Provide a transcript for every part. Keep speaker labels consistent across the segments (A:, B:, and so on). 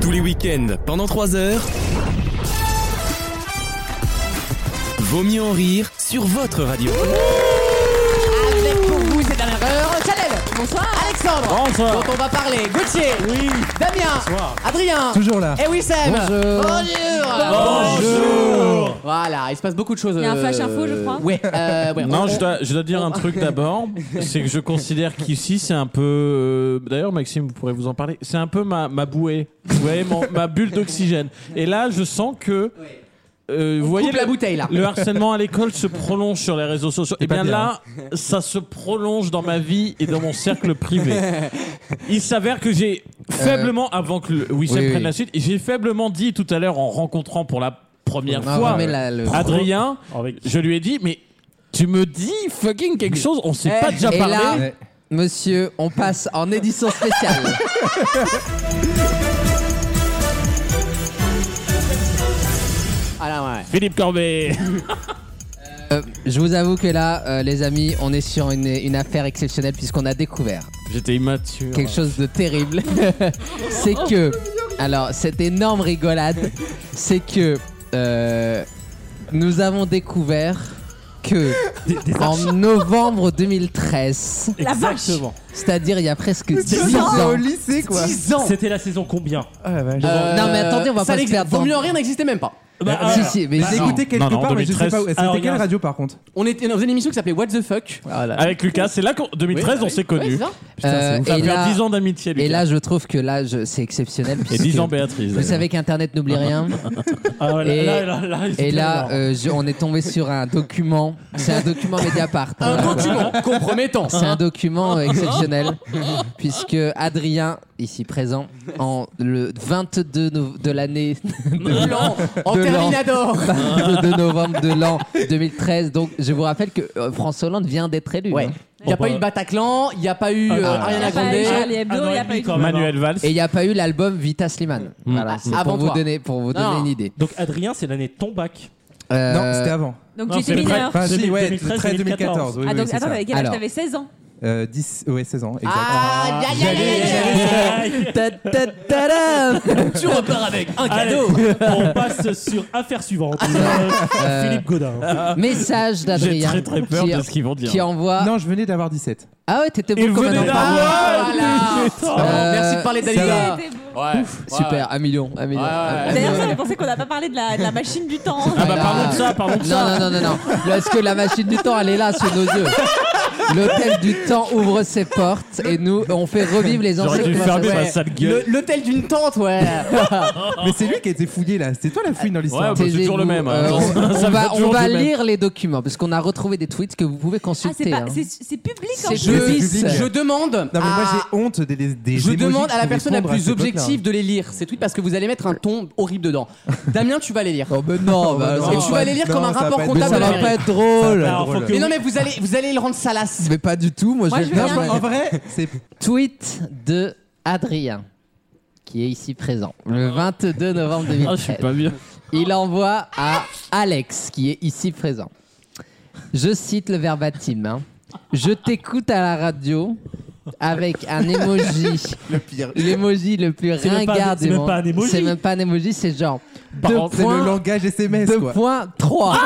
A: Tous les week-ends, pendant 3 heures. Vaut mieux en rire sur votre radio.
B: Oh,
C: Avec pour vous cette dernière heure, Chalel. Bonsoir. Alexandre.
D: Bonsoir.
C: Dont on va parler. Gauthier. Oui. Damien.
D: Bonsoir.
C: Adrien.
E: Toujours là.
C: Et Wissem.
E: Bonjour.
C: Bonjour.
D: Bonjour
C: Voilà, il se passe beaucoup de choses.
F: Il y a un
C: euh,
F: flash info, je crois.
C: Ouais. euh, ouais,
D: Non,
C: on-
D: je dois, je dois dire un truc d'abord, c'est que je considère qu'ici c'est un peu. euh, D'ailleurs, Maxime, vous pourrez vous en parler. C'est un peu ma, ma bouée, vous voyez, mon- ma bulle d'oxygène. Et là, je sens que. euh, vous voyez,
C: coupe la
D: le-
C: bouteille, là.
D: le harcèlement à l'école se prolonge sur les réseaux sociaux. Et
E: pas
D: bien
E: bien. hein.
D: là, ça se prolonge dans ma vie et dans mon cercle privé. Il s'avère que j'ai faiblement, avant que le- Wissem
E: Euh, oui,
D: prenne
E: oui.
D: la suite, j'ai faiblement dit tout à l'heure en rencontrant pour la première
E: Ah,
D: fois
E: mais là, le-
D: Adrien,
G: Avec-
D: je lui ai dit, mais tu me dis fucking quelque chose, on s'est
C: Eh,
D: pas déjà
C: et
D: parlé.
C: là-
E: Ouais.
C: Monsieur, on passe en édition spéciale. Alors, Ah ouais.
G: Philippe Corbet
E: Euh, je vous avoue que là, euh, les amis, on est sur une, une affaire exceptionnelle puisqu'on a découvert
D: J'étais immature.
E: quelque chose de terrible. c'est que, alors, cette énorme rigolade, c'est que euh, nous avons découvert que en novembre 2013,
F: La vache
G: Exactement.
E: c'est-à-dire il y a presque 10
C: ans.
E: ans.
C: lycée, quoi. 10 ans.
G: C'était la saison combien
C: Euh,
E: Non, mais attendez, on va
C: ça
E: pas se
C: n'existe-
E: perdre
C: Vaut
E: dans-
C: mieux en rire n'existait même pas.
G: Bah,
E: Euh, Si,
G: alors,
E: si, mais
D: Bah, non.
H: Écouté quelque
D: Non, non,
H: part, mais je sais
D: 2013.
H: pas où.
G: Alors,
H: C'était
G: il y a
H: quelle
G: un-
H: radio par contre
C: On était dans une émission qui s'appelait What the fuck.
D: Avec Lucas, c'est là qu'en 2013, on s'est
C: Ouais, c'est
D: connus.
C: ça.
E: Euh,
D: ça
E: et,
D: fait
E: là,
D: 10 ans d'amitié, Lucas.
E: et là, je trouve que là, je- c'est exceptionnel.
D: Et
E: puisque
D: 10 ans Béatrice.
E: Vous savez qu'Internet n'oublie rien.
G: Ah ouais, là,
E: Et-
G: là, là, là, ils sont
E: Et là,
G: énormes.
E: euh, je- on est tombé sur un document. C'est un document Mediapart. hein.
C: Un document compromettant.
E: C'est un document euh, exceptionnel, puisque Adrien, ici présent, en le 22 no- de l'année de,
C: Blanc, en
E: De l'an.
C: Terminator.
E: 22 novembre de l'an 2013. Donc, je vous rappelle que euh, François Hollande vient d'être élu.
C: Ouais.
E: hein.
C: Il n'y a
G: Bon,
C: pas
G: bah.
C: eu le Bataclan, il n'y a pas eu euh,
D: Ah,
F: Il n'y
C: Ariana
F: a pas eu
C: Grande.
F: Charlie Hebdo,
G: Un an
F: il n'y
G: et
F: a
G: demi,
F: pas eu.
G: quand même, hein.
D: Manuel Valls.
E: Et il n'y a pas eu l'album Vita Slimane.
D: Mm.
E: Voilà, c'est
C: Avant
E: pour vous
C: toi.
E: donner, pour vous
C: Non.
E: donner une idée.
G: Donc Adrien, c'est l'année de ton bac.
E: Euh,
H: Non, c'était avant.
F: Donc
G: Non,
F: tu
G: c'est
F: étais
G: le
F: mineur.
H: Enfin, si, ouais,
G: 2013,
H: 13 2014. oui,
F: Ah,
H: oui,
F: donc
H: c'est
F: attends,
H: ça.
F: t'avais quel âge
E: Alors.
F: T'avais 16 ans.
H: Euh, 10, ouais, 16 ans, exact.
C: Ah, ya, ya, ya, ya, ya.
E: ta- ta- ta- ta-
C: Tu repars avec un
G: Allez,
C: cadeau.
G: on passe sur affaire suivante. Euh,
E: Ah, Euh,
G: Philippe Godin.
E: Message
D: Ah, J'ai
E: d'Adrien.
D: très très peur
E: qui-
D: de ce qu'ils vont dire.
E: qui envoie.
H: Non, je venais d'avoir 17.
E: Ah ouais, t'étais
D: Il
E: bon comme un
D: venait Bah,
E: enfant.
D: d'avoir
C: Voilà.
E: Euh,
C: Oh, Merci de parler d'Alida.
F: C'était beau.
C: Ouais.
E: Super, un million, un million.
C: Ouais, ouais,
E: un- un
F: D'ailleurs,
E: million.
F: ça, on pensait qu'on n'a pas parlé de la, de la machine du temps.
D: Ah bah
E: Voilà.
D: parlons de ça, parlons de ça.
E: Non, non, non, non, non. Parce que la machine du temps, elle est là sous nos yeux. L'hôtel du temps ouvre ses portes et nous, on fait revivre les
D: J'aurais
E: anciennes
D: dû fermer
E: conversations.
D: ma
C: Ouais.
D: sale gueule.
C: Le- L'hôtel d'une tante, ouais.
H: Mais c'est lui qui a été fouillé là. C'est toi la fouille dans l'histoire.
D: Ouais, bah, c'est toujours le même, hein.
E: Euh, on-
D: Ça
E: on
D: fait
E: va,
D: toujours
E: on va
D: le même.
E: lire les documents parce qu'on a retrouvé des tweets que vous pouvez
F: Ah, c'est
E: consulter.
F: pas-
E: hein.
F: c'est- c'est public en
E: C'est
F: plus.
E: public.
H: public.
C: Je demande.
H: Non, mais moi
C: à-
H: j'ai honte des. des, des
C: Je
H: emojis
C: demande
H: qui
C: à la
H: nous
C: personne la
H: répondent à
C: plus
H: cette époque-là. hein.
C: objective de les lire, ces tweets, parce que vous allez mettre un ton horrible dedans. Damien, tu vas les lire.
E: Oh, ben non, bah,
H: non,
E: ça
C: Et
E: va
C: tu
E: pas
C: vas
E: être-
C: les lire
H: non,
C: comme un
H: ça va
C: rapport
H: pas être-
E: Mais
C: comptable
E: ça
C: de la
E: va pas
C: mairie.
E: être drôle.
G: Alors, faut
H: drôle.
G: que-
C: Mais non, mais vous allez, vous allez le rendre salace.
E: Mais pas du tout. Moi,
F: Moi,
E: je
F: je
E: vais
F: veux
E: le
F: rien
E: faire.
H: En vrai, c'est
E: Tweet de Adrien, qui est ici présent, le 22 novembre
D: Ah, je suis
E: 2013.
D: pas bien.
E: Il envoie à Alex, qui est ici présent. Je cite le verbatim. hein. Je t'écoute à la radio avec un emoji. le pire. L'emoji le plus
G: C'est même pas-
E: ringard
G: c'est
E: du
G: même
E: monde.
G: pas un emoji.
E: C'est même pas un emoji, c'est genre
H: Par- c'est le
E: 2.3.
H: langage SMS quoi.
C: Ah ouais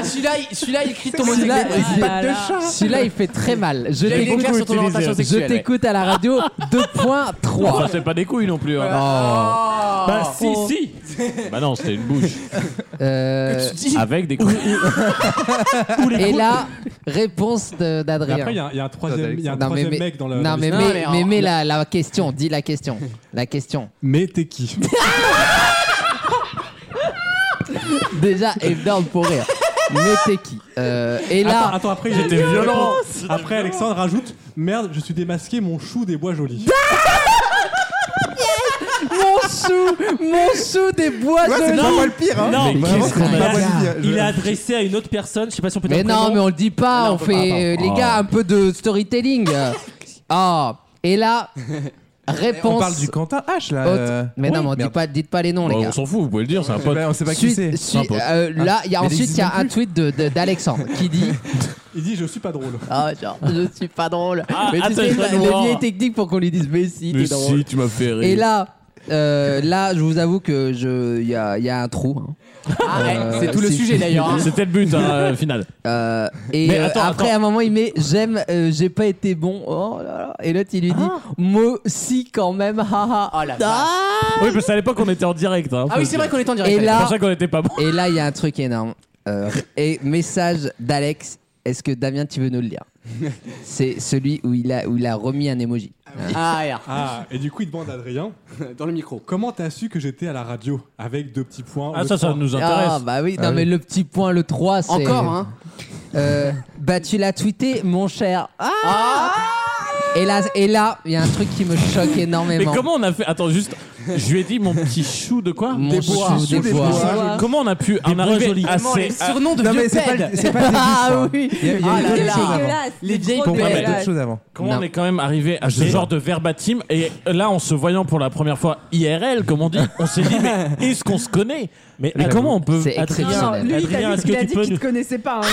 C: Ah celui-là, il- celui-là, il crie ton mot
E: Celui-là,
C: exact.
E: il-
C: Ah, là, là.
E: Celui-là, il fait très mal. Je
C: Il est
E: t'écoute-
C: clair sur ton
G: utilisé,
C: orientation
G: hein.
E: je
C: sexuelle. ouais.
E: t'écoute à la radio 2.3.
D: Enfin, c'est pas des couilles non plus. hein.
C: Oh.
G: Bah si, si.
D: Bah non, c'était une bouche.
E: Euh,
D: Avec des couilles.
G: Ou les
E: Et
G: couilles.
E: là, réponse de-
I: Mais Après, il y,
E: d'Adrien.
I: a- il y a un troisième, il y a un
E: Non, mais
I: troisième
E: mais-
I: mec dans le.
E: Non,
I: dans
E: mais,
I: le-
C: Non,
E: mais,
C: mais en-
E: mais mets la, la question, dis la question. La question.
I: Mais t'es qui
E: Déjà, évidemment pour rire. Mais t'es qui Euh, Et
C: Ah.
I: attends,
E: là,
I: attends, après,
D: C'était
I: j'ai-
D: violent.
I: Après, Alexandre rajoute Merde, je suis démasqué, mon chou des bois jolis.
E: mon sou, mon sou des bois
H: Ouais, c'est
E: jolis.
H: pas moi le pire hein.
G: Non,
D: Mais
H: Vraiment,
D: qu'est-ce
H: c'est
D: qu'on
H: pas
D: a
H: moi le
G: dit
H: pire. Je-
G: Il est adressé à une autre personne. Je sais pas si on peut
E: euh, Mais
G: dire
E: non,
G: prénom.
E: mais on le dit pas,
C: Non,
E: on,
C: on peut
E: fait,
C: pas.
E: euh, les gars,
I: Oh.
E: un peu de storytelling. Ah, et là, réponse.
H: On parle du Quentin H là.
E: haute-
H: euh,
E: Mais non,
H: oui,
E: mais on dit
H: merde.
E: pas, dites pas les noms,
D: Bah,
E: les
D: on
E: gars.
D: s'en fout, vous pouvez le dire, c'est un pote.
H: Ouais, on sait pas Bah, qui
E: Suite-
H: c'est.
E: suite-
D: Sympa.
E: euh, là, il y a
H: Mais
E: ensuite, il y a un tweet de- de- d'Alexandre qui dit
I: Il dit Je suis pas drôle.
E: Ah, genre, je suis pas drôle. mais
D: Ah, attends,
E: tu sais,
D: je dois
E: la-
D: le
E: les
D: voir.
E: vieilles techniques pour qu'on lui dise, mais si, t'es
D: Mais
E: drôle.
D: si, tu m'as fait rire.
E: Et là, euh, là, je vous avoue que je, il y a, il y a un trou. hein.
C: Ah,
E: Euh,
C: ouais, c'est tout le
E: c'est-
C: sujet d'ailleurs. hein.
D: C'était le but, hein, euh, final.
E: Euh, et
D: Mais
E: euh,
D: attends,
E: après,
D: attends.
E: à un moment, il met j'aime, euh, j'ai pas été bon. Oh là là. Et l'autre, il lui dit
D: Ah.
E: moi aussi quand même. haha.
C: Oh la
E: Ah.
D: Oui, parce qu'à l'époque, on était en direct. hein,
C: Ah oui,
D: faut
C: c'est
D: le
C: vrai
D: dire.
C: qu'on est en direct.
E: Et
C: allez.
D: C'est
E: là,
D: pour ça qu'on était pas bon.
E: et là, il y a un truc énorme. Euh, et message d'Alex. Est-ce que Damien, tu veux nous le lire C'est celui où il a où il a remis un emoji.
C: Ah, regarde.
I: Ah, et du coup, il demande à Adrien
C: dans le micro.
I: Comment t'as su que j'étais à la radio Avec deux petits points.
D: Ah,
I: le
D: ça, ça
I: trois.
D: nous
E: Ah
D: intéresse.
E: bah oui, non
H: Ah oui.
E: mais le petit point, le 3, c'est...
C: Encore, hein.
E: Euh, bah tu l'as tweeté, mon cher. Ah et là, et là, il y a un truc qui me choque
D: Mais
E: énormément.
D: comment on a fait Attends, juste, je lui ai dit mon petit chou de quoi
E: Mon chou
D: bois.
E: de
D: Des
E: bois.
D: bois. Comment on a pu en arriver à
C: Vraiment, les
D: ces. à-
C: surnoms de
H: Non, mais
C: vieux
H: c'est pas,
C: pèdes.
H: le- c'est pas le début.
E: Ah
H: je crois.
E: oui
H: Il y a, il y a
C: Ah
H: eu
C: là
H: d'autres
C: là.
H: choses avant.
F: dégueulasse.
C: Les
F: des
C: vieilles
F: gros
H: Pour moi, il y a eu
F: dégueulasses.
H: d'autres choses avant.
D: Comment
E: Non.
D: on est quand même arrivé à ce genre de verbatim Et là, en se voyant pour la première fois IRL, comme on dit, on s'est dit, mais est-ce qu'on se connaît
G: Mais
E: Mais
G: mais comment on peut.
E: c'est
G: Adrien,
E: exceptionnel.
F: lui, il
G: Adrien,
F: a dit
G: est-ce que
F: qu'il a
G: tu
F: dit
G: peux
F: qu'il
G: nous.
F: te connaissait pas. hein.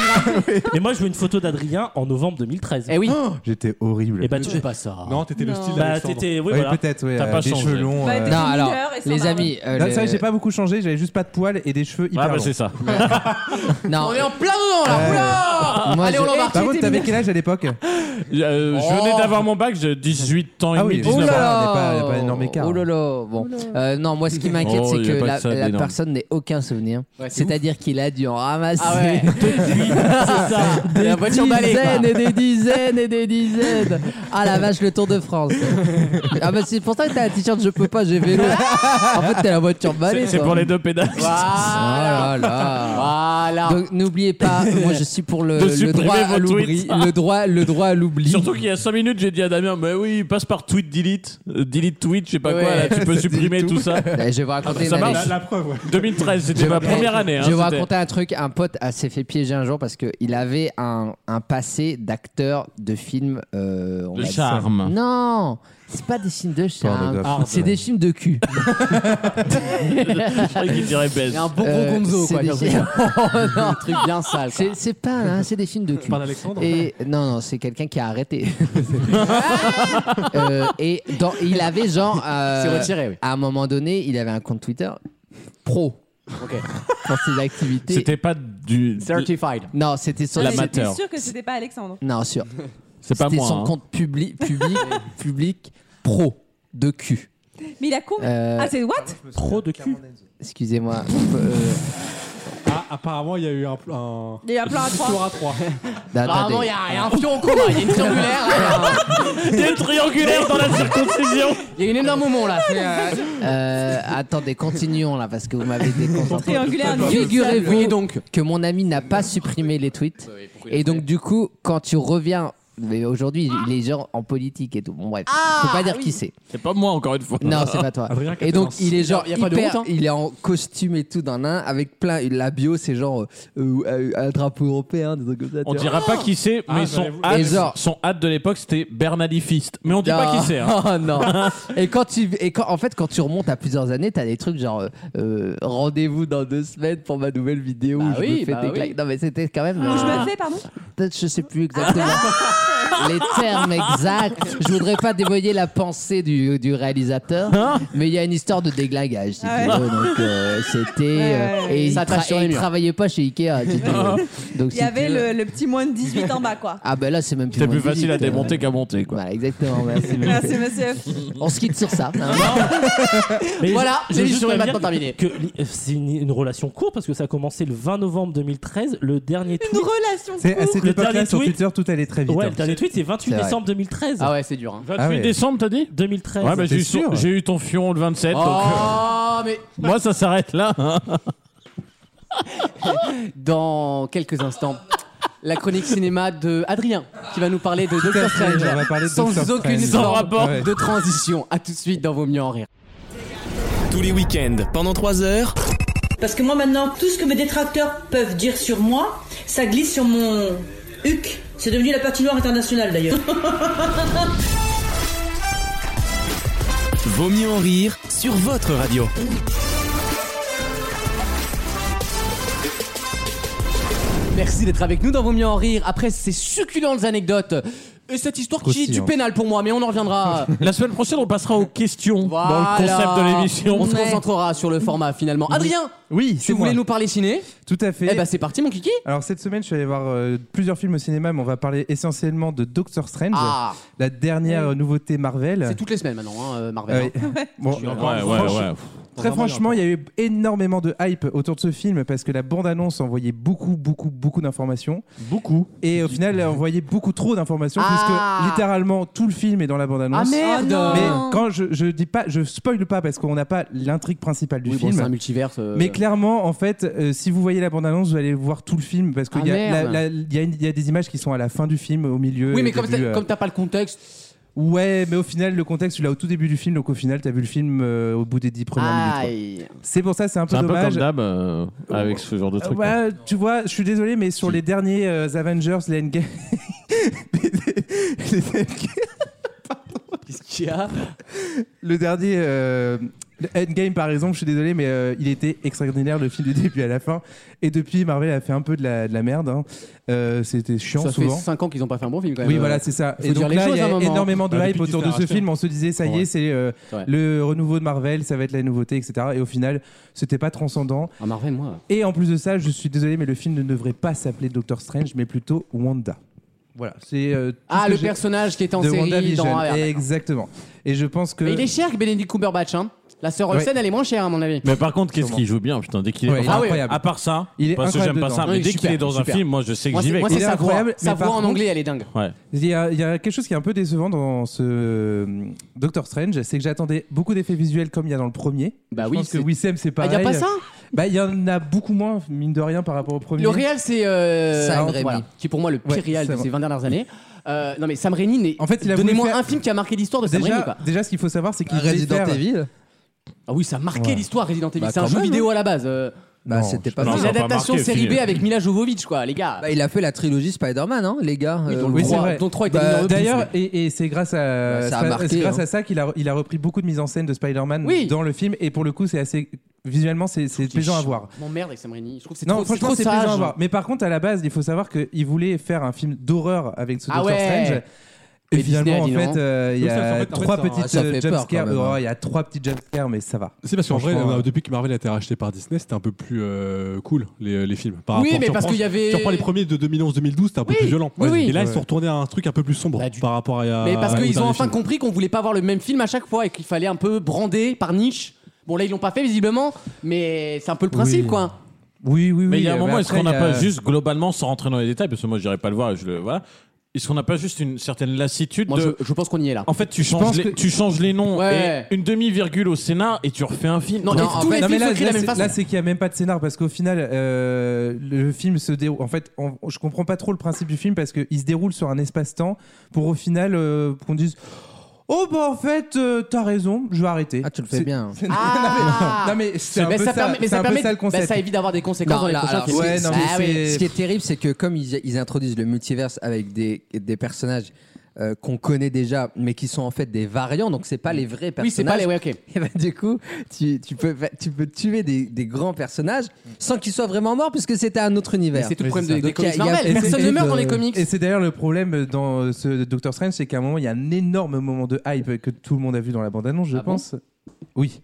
G: Mais moi, je veux une photo d'Adrien en novembre 2013.
C: Eh oui.
H: J'étais horrible.
G: Et bah, tu fais pas ça.
I: Non, t'étais le
F: Non.
I: style
G: Bah,
I: d'Alexandre.
G: t'étais. Oui,
H: Oui,
G: voilà.
H: peut-être, oui.
D: T'as
H: euh,
D: pas
H: des
D: changé.
H: cheveux longs.
F: Bah,
H: euh,
F: t'es-
E: Non, alors,
F: mineur et sans
E: les
F: barbare.
E: amis... euh,
H: Non,
E: le-
H: c'est vrai, j'ai pas beaucoup changé, j'avais juste pas de poils et des cheveux
D: Ah
H: hyper
D: bah,
H: longs.
D: c'est ça.
E: Non,
C: On est en plein dedans là.
H: Ouais.
C: Oula
E: moi,
C: Allez,
E: je-
C: on l'embarque.
H: Par contre, t'avais quel âge à l'époque
D: Euh, Je venais d'avoir mon bac, j'ai 18 ans et
H: Ah
D: demi,
H: oui,
D: 19
H: oh
D: ans.
H: là là. Il y a pas- il y a pas un énorme écart.
E: Oh là là. Bon. Euh, non, moi, ce qui m'inquiète,
D: Oh,
E: c'est
D: il y a
E: que
D: pas
E: la,
D: que ça
E: la
D: d'énorme.
E: personne n'ait aucun souvenir.
C: Ouais, c'est
E: C'est-à-dire qu'il a dû en ramasser
C: Ah ouais.
G: C'est ça.
E: des
C: La voiture balai, quoi.
E: dizaines et des dizaines et des dizaines. Ah la vache, le Tour de France. Ah bah c'est pour ça que t'as un t-shirt je peux pas, j'ai vélo. En fait, t'as la voiture balai.
D: C'est c'est
E: toi.
D: pour les deux pédales.
E: Oh
C: Voilà.
E: là là.
C: Voilà.
E: Donc n'oubliez pas, moi je suis pour le,
D: De
E: le
D: supprimer
E: droit à
D: vos
E: l'oubli,
D: tweets.
E: le droit, le droit à l'oubli.
D: Surtout qu'il y a 5 minutes, j'ai dit à Damien, mais oui, passe par tweet delete, euh, delete tweet, je sais pas quoi,
E: Ouais.
D: là, tu peux supprimer tout. ça. Ah, bah,
E: Là, Eh, je vais vous raconter
D: Ça
E: une
D: marche,
E: anecdote.
I: La, la preuve, ouais.
D: 2013, c'était ma
E: vais-
D: première année. hein,
E: Je vais vous
D: c'était-
E: raconter un truc. Un pote euh, s'est fait piéger un jour parce qu'il avait un, un passé d'acteur de films. euh, on
D: De
E: va dire-
D: charme.
E: Non, c'est pas des films de charme. Ah,
H: Pornographe.
E: C'est des films de cul.
D: Je croyais qu'il dirait baise.
C: Il y a un bon gros
E: Euh,
C: gonzo
E: c'est
C: quoi.
E: des
C: comme
E: films-
C: ça.
E: Oh, non.
C: Un truc bien sale. quoi.
E: C'est c'est pas, hein, c'est des films de cul.
I: Par Alexandre.
E: Et non, non, c'est quelqu'un qui a arrêté. Euh, et dans- il avait genre. euh,
C: C'est retiré, oui.
E: À un moment donné, il avait un compte Twitter pro
C: Ok.
E: pour ses activités.
D: C'était pas du.
C: Certified.
E: Non, c'était sur
F: Ah,
D: La
F: mais J'étais
D: amateur.
F: sûr que c'était pas Alexandre.
E: Non, sûr.
D: C'est pas
E: C'était
D: moi.
E: son
D: hein.
E: compte public, public, public pro de cul.
F: Mais il a con.
E: Euh,
F: Ah, c'est what
G: Trop de cul.
E: Excusez-moi. Euh,
I: Ah, apparemment, il y a eu un. un...
F: Il y a un plan à trois.
I: à 3.
C: Apparemment, il
E: bah, attendez.
C: y, a il y a un fion au combat, il y a une triangulaire, hein.
G: Des triangulaires dans la circoncision.
C: il y a une énorme moment là. c'est, euh,
E: Euh, attendez, continuons là parce que vous m'avez déconcentré.
F: Triangulaire.
E: Figurez-vous
C: Oui, donc.
E: que mon ami n'a pas supprimé les tweets. Et donc, du coup, quand tu reviens. Mais aujourd'hui, il est genre en politique et tout. Bon, bref.
C: Ah,
E: Faut pas dire qui c'est.
D: C'est pas moi, encore une fois.
E: Non, c'est pas toi.
I: Adrien
E: Et donc, il est genre
C: Il y a pas de
E: hyper-
C: honte, hein.
E: il est en costume et tout d'un nain avec plein. La bio, c'est genre euh, euh, euh, un drapeau européen, des trucs comme ça.
D: On
E: tu vois.
D: dira pas qui c'est, mais
I: Ah,
D: son,
I: j'allais vous-
E: Et
D: hâte,
E: genre-
D: son hâte de l'époque, c'était Bernalifiste. Mais on dit pas
E: Ah.
D: qui c'est. hein.
E: Oh non. et quand tu et quand en fait quand tu remontes à plusieurs années, t'as des trucs genre euh, euh, rendez-vous dans deux semaines pour ma nouvelle vidéo
C: Bah
E: où je
C: oui,
E: me fais
C: bah
E: des
C: oui. Ah.
E: claques. Non mais c'était quand même.
F: Où je
E: euh,
F: me fais, pardon
E: Peut-être je sais plus exactement. Les termes exacts. Je voudrais pas dévoyer la pensée du, du réalisateur, mais il y a une histoire de déglagage. si tu
F: Ah Hein ouais.
E: veux. Donc euh, c'était euh,
F: Ouais, ouais,
E: et
C: Ça
E: il,
C: attache
E: tra-
C: sur
E: et
C: les
E: il
C: murs.
E: travaillait pas chez Ikea. si tu veux. Donc euh,
F: Il y avait le, le petit moins de 18 en bas, quoi.
E: ah ben là c'est même plus
D: C'était
E: moins
D: plus facile à
E: physique, euh,
D: démonter qu'à monter, quoi.
E: Voilà exactement. Merci.
F: Merci, monsieur.
E: On se quitte sur ça. hein.
G: Mais
C: Voilà,
G: je- je veux
C: l'émission
G: juste
C: est
G: quand même
C: maintenant
G: dire
C: terminée.
G: Que li- euh, c'est une, une relation courte parce que ça a commencé le 20 novembre 2013. Le dernier
F: Une
G: tweet.
F: relation
H: C'est à
F: courte.
H: cette
G: Le
H: époque-là,
G: dernier
H: sur
G: tweet.
H: Twitter, tout allait très vite.
G: Ouais,
H: hein.
G: le dernier tweet, c'est 28
E: C'est vrai.
G: décembre 2013.
C: Ah ouais, c'est dur. Hein.
D: 28
H: Ah ouais.
D: décembre, t'as dit
G: 2013.
D: Ouais, bah, j'ai eu,
H: t'es
D: son-
H: sûr
D: j'ai eu ton fion le 27. donc, euh,
C: Oh, mais
D: moi, ça s'arrête là. hein.
C: dans quelques instants, la chronique cinéma de Adrien qui va nous parler de Doctor
H: Strange, on va parler
C: Strange
H: de
C: sans
H: Doctor
C: aucune
H: Strange.
D: Sans
C: forme
D: rapport.
C: de transition. À tout de suite dans Vos mieux en rire.
A: Tous les week-ends, pendant 3 heures,
B: Parce que moi maintenant, tout ce que mes détracteurs peuvent dire sur moi, ça glisse sur mon huc. C'est devenu la patinoire internationale d'ailleurs.
A: Vaut mieux en rire sur votre radio.
C: Merci d'être avec nous dans Vos mieux en rire. Après ces succulentes anecdotes Et cette histoire qui est
H: Croustillant.
C: du
E: hein.
C: pénal pour moi, mais on en reviendra.
D: La semaine prochaine, on passera aux questions dans
C: Voilà.
D: le concept de l'émission.
C: On se
F: Ouais.
C: concentrera sur le format finalement. Adrien,
H: Oui,
C: tu
H: c'est
C: voulais
H: moi.
C: nous parler ciné
H: Tout à fait.
C: Eh ben c'est parti mon kiki.
H: Alors cette semaine, je suis allé voir euh, plusieurs films au cinéma, mais on va parler essentiellement de Doctor Strange,
C: Ah,
H: la dernière euh, nouveauté Marvel.
C: c'est toutes les semaines maintenant, hein, euh, Marvel.
H: Euh, bon,
D: Ouais, ouais,
H: franchi-
D: ouais.
H: Très franchement, il y a eu énormément de hype autour de ce film parce que la bande-annonce envoyait beaucoup, beaucoup, beaucoup d'informations.
D: Beaucoup.
H: Et au final, elle envoyait beaucoup trop d'informations
C: Ah.
H: puisque littéralement tout le film est dans la
C: Ah
H: bande-annonce.
C: merde
F: Oh non.
H: mais quand je, je dis pas, je spoil pas parce qu'on n'a pas l'intrigue principale du
C: Oui, bon,
H: film.
C: c'est un multiverse. euh,
H: Mais clairement, en fait, euh, si vous voyez la bande-annonce, vous allez voir tout le film parce qu'il
C: Ah,
H: y, a
C: merde.
H: la- la- il y a une- il y a des images qui sont à la fin du film, au milieu.
C: Oui, mais
H: au
C: comme
H: début,
C: t'as-
H: euh.
C: comme t'as pas le contexte.
H: Ouais, mais au final, le contexte, tu l'as au tout début du film, donc au final, t'as vu le film euh, au bout des dix premières minutes.
C: Aïe.
H: quoi. C'est pour ça, c'est un peu
D: C'est un peu
H: dommage.
D: comme d'hab euh, avec ce genre de
H: Euh,
D: truc.
H: ouais,
C: hein.
H: tu vois, je suis désolé, mais sur les derniers euh, Avengers, les Endgame. les Endgame-
C: Qu'est-ce qu'il y a
H: Le dernier euh, le Endgame, par exemple, je suis désolé, mais euh, il était extraordinaire le film du début à la fin. Et depuis, Marvel a fait un peu de la, de la merde. hein. Euh, C'était chiant
C: Ça fait
H: souvent.
C: 5 ans qu'ils ont pas fait un bon film quand même. euh,
H: Oui, voilà, c'est ça.
C: faut
H: Et
C: dire
H: donc
C: les
H: là, il
C: choses
H: y
C: à un
H: a
C: moment.
H: énormément de
D: Ah,
H: hype
D: depuis, tu
H: autour
D: te fais
H: de ce
D: racheter.
H: film. On se disait, ça y
D: Ouais.
H: est, c'est euh,
C: C'est vrai.
H: le renouveau de Marvel, ça va être la nouveauté, etc. Et au final, c'était pas transcendant.
C: Ah, Marvel, moi.
H: Et en plus de ça, je suis désolé, mais le film ne devrait pas s'appeler Doctor Strange, mais plutôt Wanda. Voilà, c'est. euh, tout ce
C: Ah,
H: que
C: le
H: j'ai
C: personnage qui est en
H: de
C: série
H: WandaVision.
C: dans. Ah, ouais.
H: Exactement. Et je pense que.
C: Mais il est cher que Benedict Cumberbatch. Hein. La sœur
H: Ouais.
C: Olsen, elle est moins chère à mon avis.
D: Mais par contre, qu'est-ce
H: Sûrement.
D: qu'il joue bien, putain, dès qu'il est.
H: Ouais, il est
D: Enfin,
H: incroyable.
D: À part ça,
H: Il est
D: parce que j'aime
H: incroyable
D: pas ça,
H: dedans.
D: mais
C: Oui,
D: dès qu'il
C: super,
D: est dans un
C: super.
D: film, moi je sais que
C: Moi,
D: j'y
C: c'est
D: vais.
C: moi,
H: Il
C: c'est
H: est
C: sa voix.
H: incroyable,
C: Sa
H: mais par
C: voix en
H: contre-
C: anglais, elle est dingue.
D: Ouais.
H: Il y, a, il y a quelque chose qui est un peu décevant dans ce euh, Doctor Strange, c'est que j'attendais beaucoup d'effets visuels comme il y a dans le premier.
C: Bah
H: je
C: oui,
H: pense que
C: c'est-
H: Wissem c'est
C: Ah,
H: pareil.
C: y a pas ça
H: Bah il y en a beaucoup moins mine de rien par rapport au premier.
C: Le réel, c'est euh,
E: Sam
C: Sam
E: Raimi.
C: voilà, qui est pour moi le pire
H: Ouais,
C: réel de
H: Sam-
C: ces 20 dernières années. Euh, non mais Sam Raimi, n'est-
H: En fait, il a voulu
C: donnez-moi
H: faire-
C: un film qui a marqué l'histoire de Sam Raimi.
H: déjà,
C: Quoi.
H: déjà ce qu'il faut savoir c'est qu'il voulait
E: Resident
H: faire-
E: Evil
C: Ah oui, ça a marqué
H: Ouais.
C: l'histoire Resident Evil.
E: Bah,
C: c'est un
E: quand
C: jeu
E: même,
H: hein.
C: vidéo à la base. euh,
E: Bah,
H: Non,
E: c'était
H: je-
E: pas
D: non,
E: mal.
C: c'est
D: ça a pas
C: l'adaptation
D: marqué,
C: série
D: fini.
C: B avec Mila Jovovich, quoi, les gars.
E: Bah, il a fait la trilogie Spider-Man, hein, les gars.
C: Oui,
E: euh,
C: dont le
H: oui, c'est
C: trois-
H: vrai.
C: dont le trois était
E: Bah,
C: mis en repousse,
H: D'ailleurs,
C: mais-
H: et, et c'est grâce à
E: Ouais, ça a
H: c'est
E: marqué,
H: grâce
E: hein.
H: à ça qu'il a, il a repris beaucoup de mise en scène de Spider-Man
C: Oui.
H: dans le film et pour le coup c'est assez visuellement c'est c'est plaisant à voir.
C: Je m'emmerde avec Sam Raimi. Je trouve que c'est
H: Non,
C: trop, c'est
H: franchement,
C: trop
H: c'est
C: sage.
H: plaisant à voir. Mais par contre, à la base, il faut savoir qu'il voulait faire un film d'horreur avec ce
C: Ah
H: Doctor
C: ouais.
H: Strange. Et
C: Mais
H: finalement,
C: Disney a dit
H: en fait, euh, il y
I: Oui, ça, en
H: a
I: fait, en fait,
H: trois
I: ça-
H: petites
E: ça fait
H: euh,
E: peur,
H: jumpscares.
E: quand même, hein.
H: Oh, Il y a trois petites jumpscares, mais ça va.
I: C'est parce qu'en vrai,
H: Franchement,
I: euh,
H: ouais.
I: depuis que Marvel a été racheté par Disney, c'était un peu plus euh, cool, les, les films. Par
C: Oui,
I: rapport-
C: mais
I: tu
C: parce
I: reprends-
C: qu'il y avait-
I: Tu reprends les premiers de 2011-2012, c'était un peu plus violent.
C: oui, oui.
I: Et là, ils
H: Ouais.
I: sont retournés à un truc un peu plus sombre
C: Bah, du-
I: par rapport à.
C: Mais parce
I: à- au
C: qu'ils ont
I: dernier
C: enfin
I: film.
C: compris qu'on voulait pas voir le même film à chaque fois et qu'il fallait un peu brander par niche. Bon, là, ils l'ont pas fait visiblement, mais c'est un peu le principe,
H: Oui.
C: quoi.
H: Oui, oui, oui.
D: Mais il y a un
H: euh,
D: moment,
H: mais
D: est-ce
H: après,
D: qu'on n'a
H: il y a-
D: pas juste, globalement, sans rentrer dans les détails, parce que moi j'irai pas le voir et je le vois, est-ce qu'on n'a pas juste une certaine lassitude
C: Moi,
D: de.
C: je, je pense qu'on y est là.
D: En fait, tu
H: pense
D: changes, les,
H: que-
D: tu changes les noms
C: Ouais.
D: et une demi-virgule au Sénat et tu refais un film.
C: Non,
D: quoi.
C: et
E: en
C: tous
E: fait-
C: les
H: Non, mais
C: films
H: là,
C: sont écrits de
H: là,
C: la même
H: c'est-
C: façon.
H: là, c'est qu'il n'y a même pas de scénar parce qu'au final, euh, le film se déroule. En fait, on- je comprends pas trop le principe du film parce qu'il se déroule sur un espace-temps pour au final euh, qu'on dise Oh, bah en fait, euh, t'as raison, je vais arrêter.
E: Ah, tu le fais
H: C'est-
E: bien.
C: Ah
H: Non, mais c'est un
C: Mais
H: peu ça,
C: permet- mais
H: c'est un peu
C: permet-
H: ça le concept.
C: bah, ça évite d'avoir des conséquences
E: Non,
C: dans les
E: là,
C: prochains
E: alors,
C: films.
H: ouais, non, mais
C: Ah
H: c'est-
E: Ce qui est terrible, c'est que comme ils, ils introduisent le multiverse avec des, des personnages euh, qu'on connaît déjà, mais qui sont en fait des variants, donc c'est pas les vrais
C: Oui,
E: personnages.
C: c'est pas les. Ouais, ok.
E: Et bah, du coup, tu, tu peux, fa- tu peux tuer des, des grands personnages sans qu'ils soient vraiment morts, puisque c'était un autre
C: Mais
E: univers.
C: C'est tout le
H: Oui,
C: problème
H: c'est
C: des,
H: ça.
C: des
E: Donc,
C: comics
E: y a- y a-
C: Marvel.
E: et
C: Personne
E: c'est-
C: ne meurt dans les
E: et de-
C: comics.
H: Et c'est d'ailleurs le problème dans euh, ce Doctor Strange, c'est qu'à un moment, il y a un énorme moment de hype que tout le monde a vu dans la bande-annonce, je
C: Ah bon
H: pense. oui.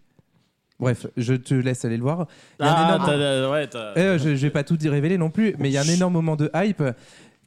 H: Bref, je te laisse aller le voir. Il y a un
D: Ah,
H: énorme-
D: t'as- t'as- ouais, t'as-
H: Euh, je, je vais pas tout dire révéler non plus, mais il y a un énorme moment de hype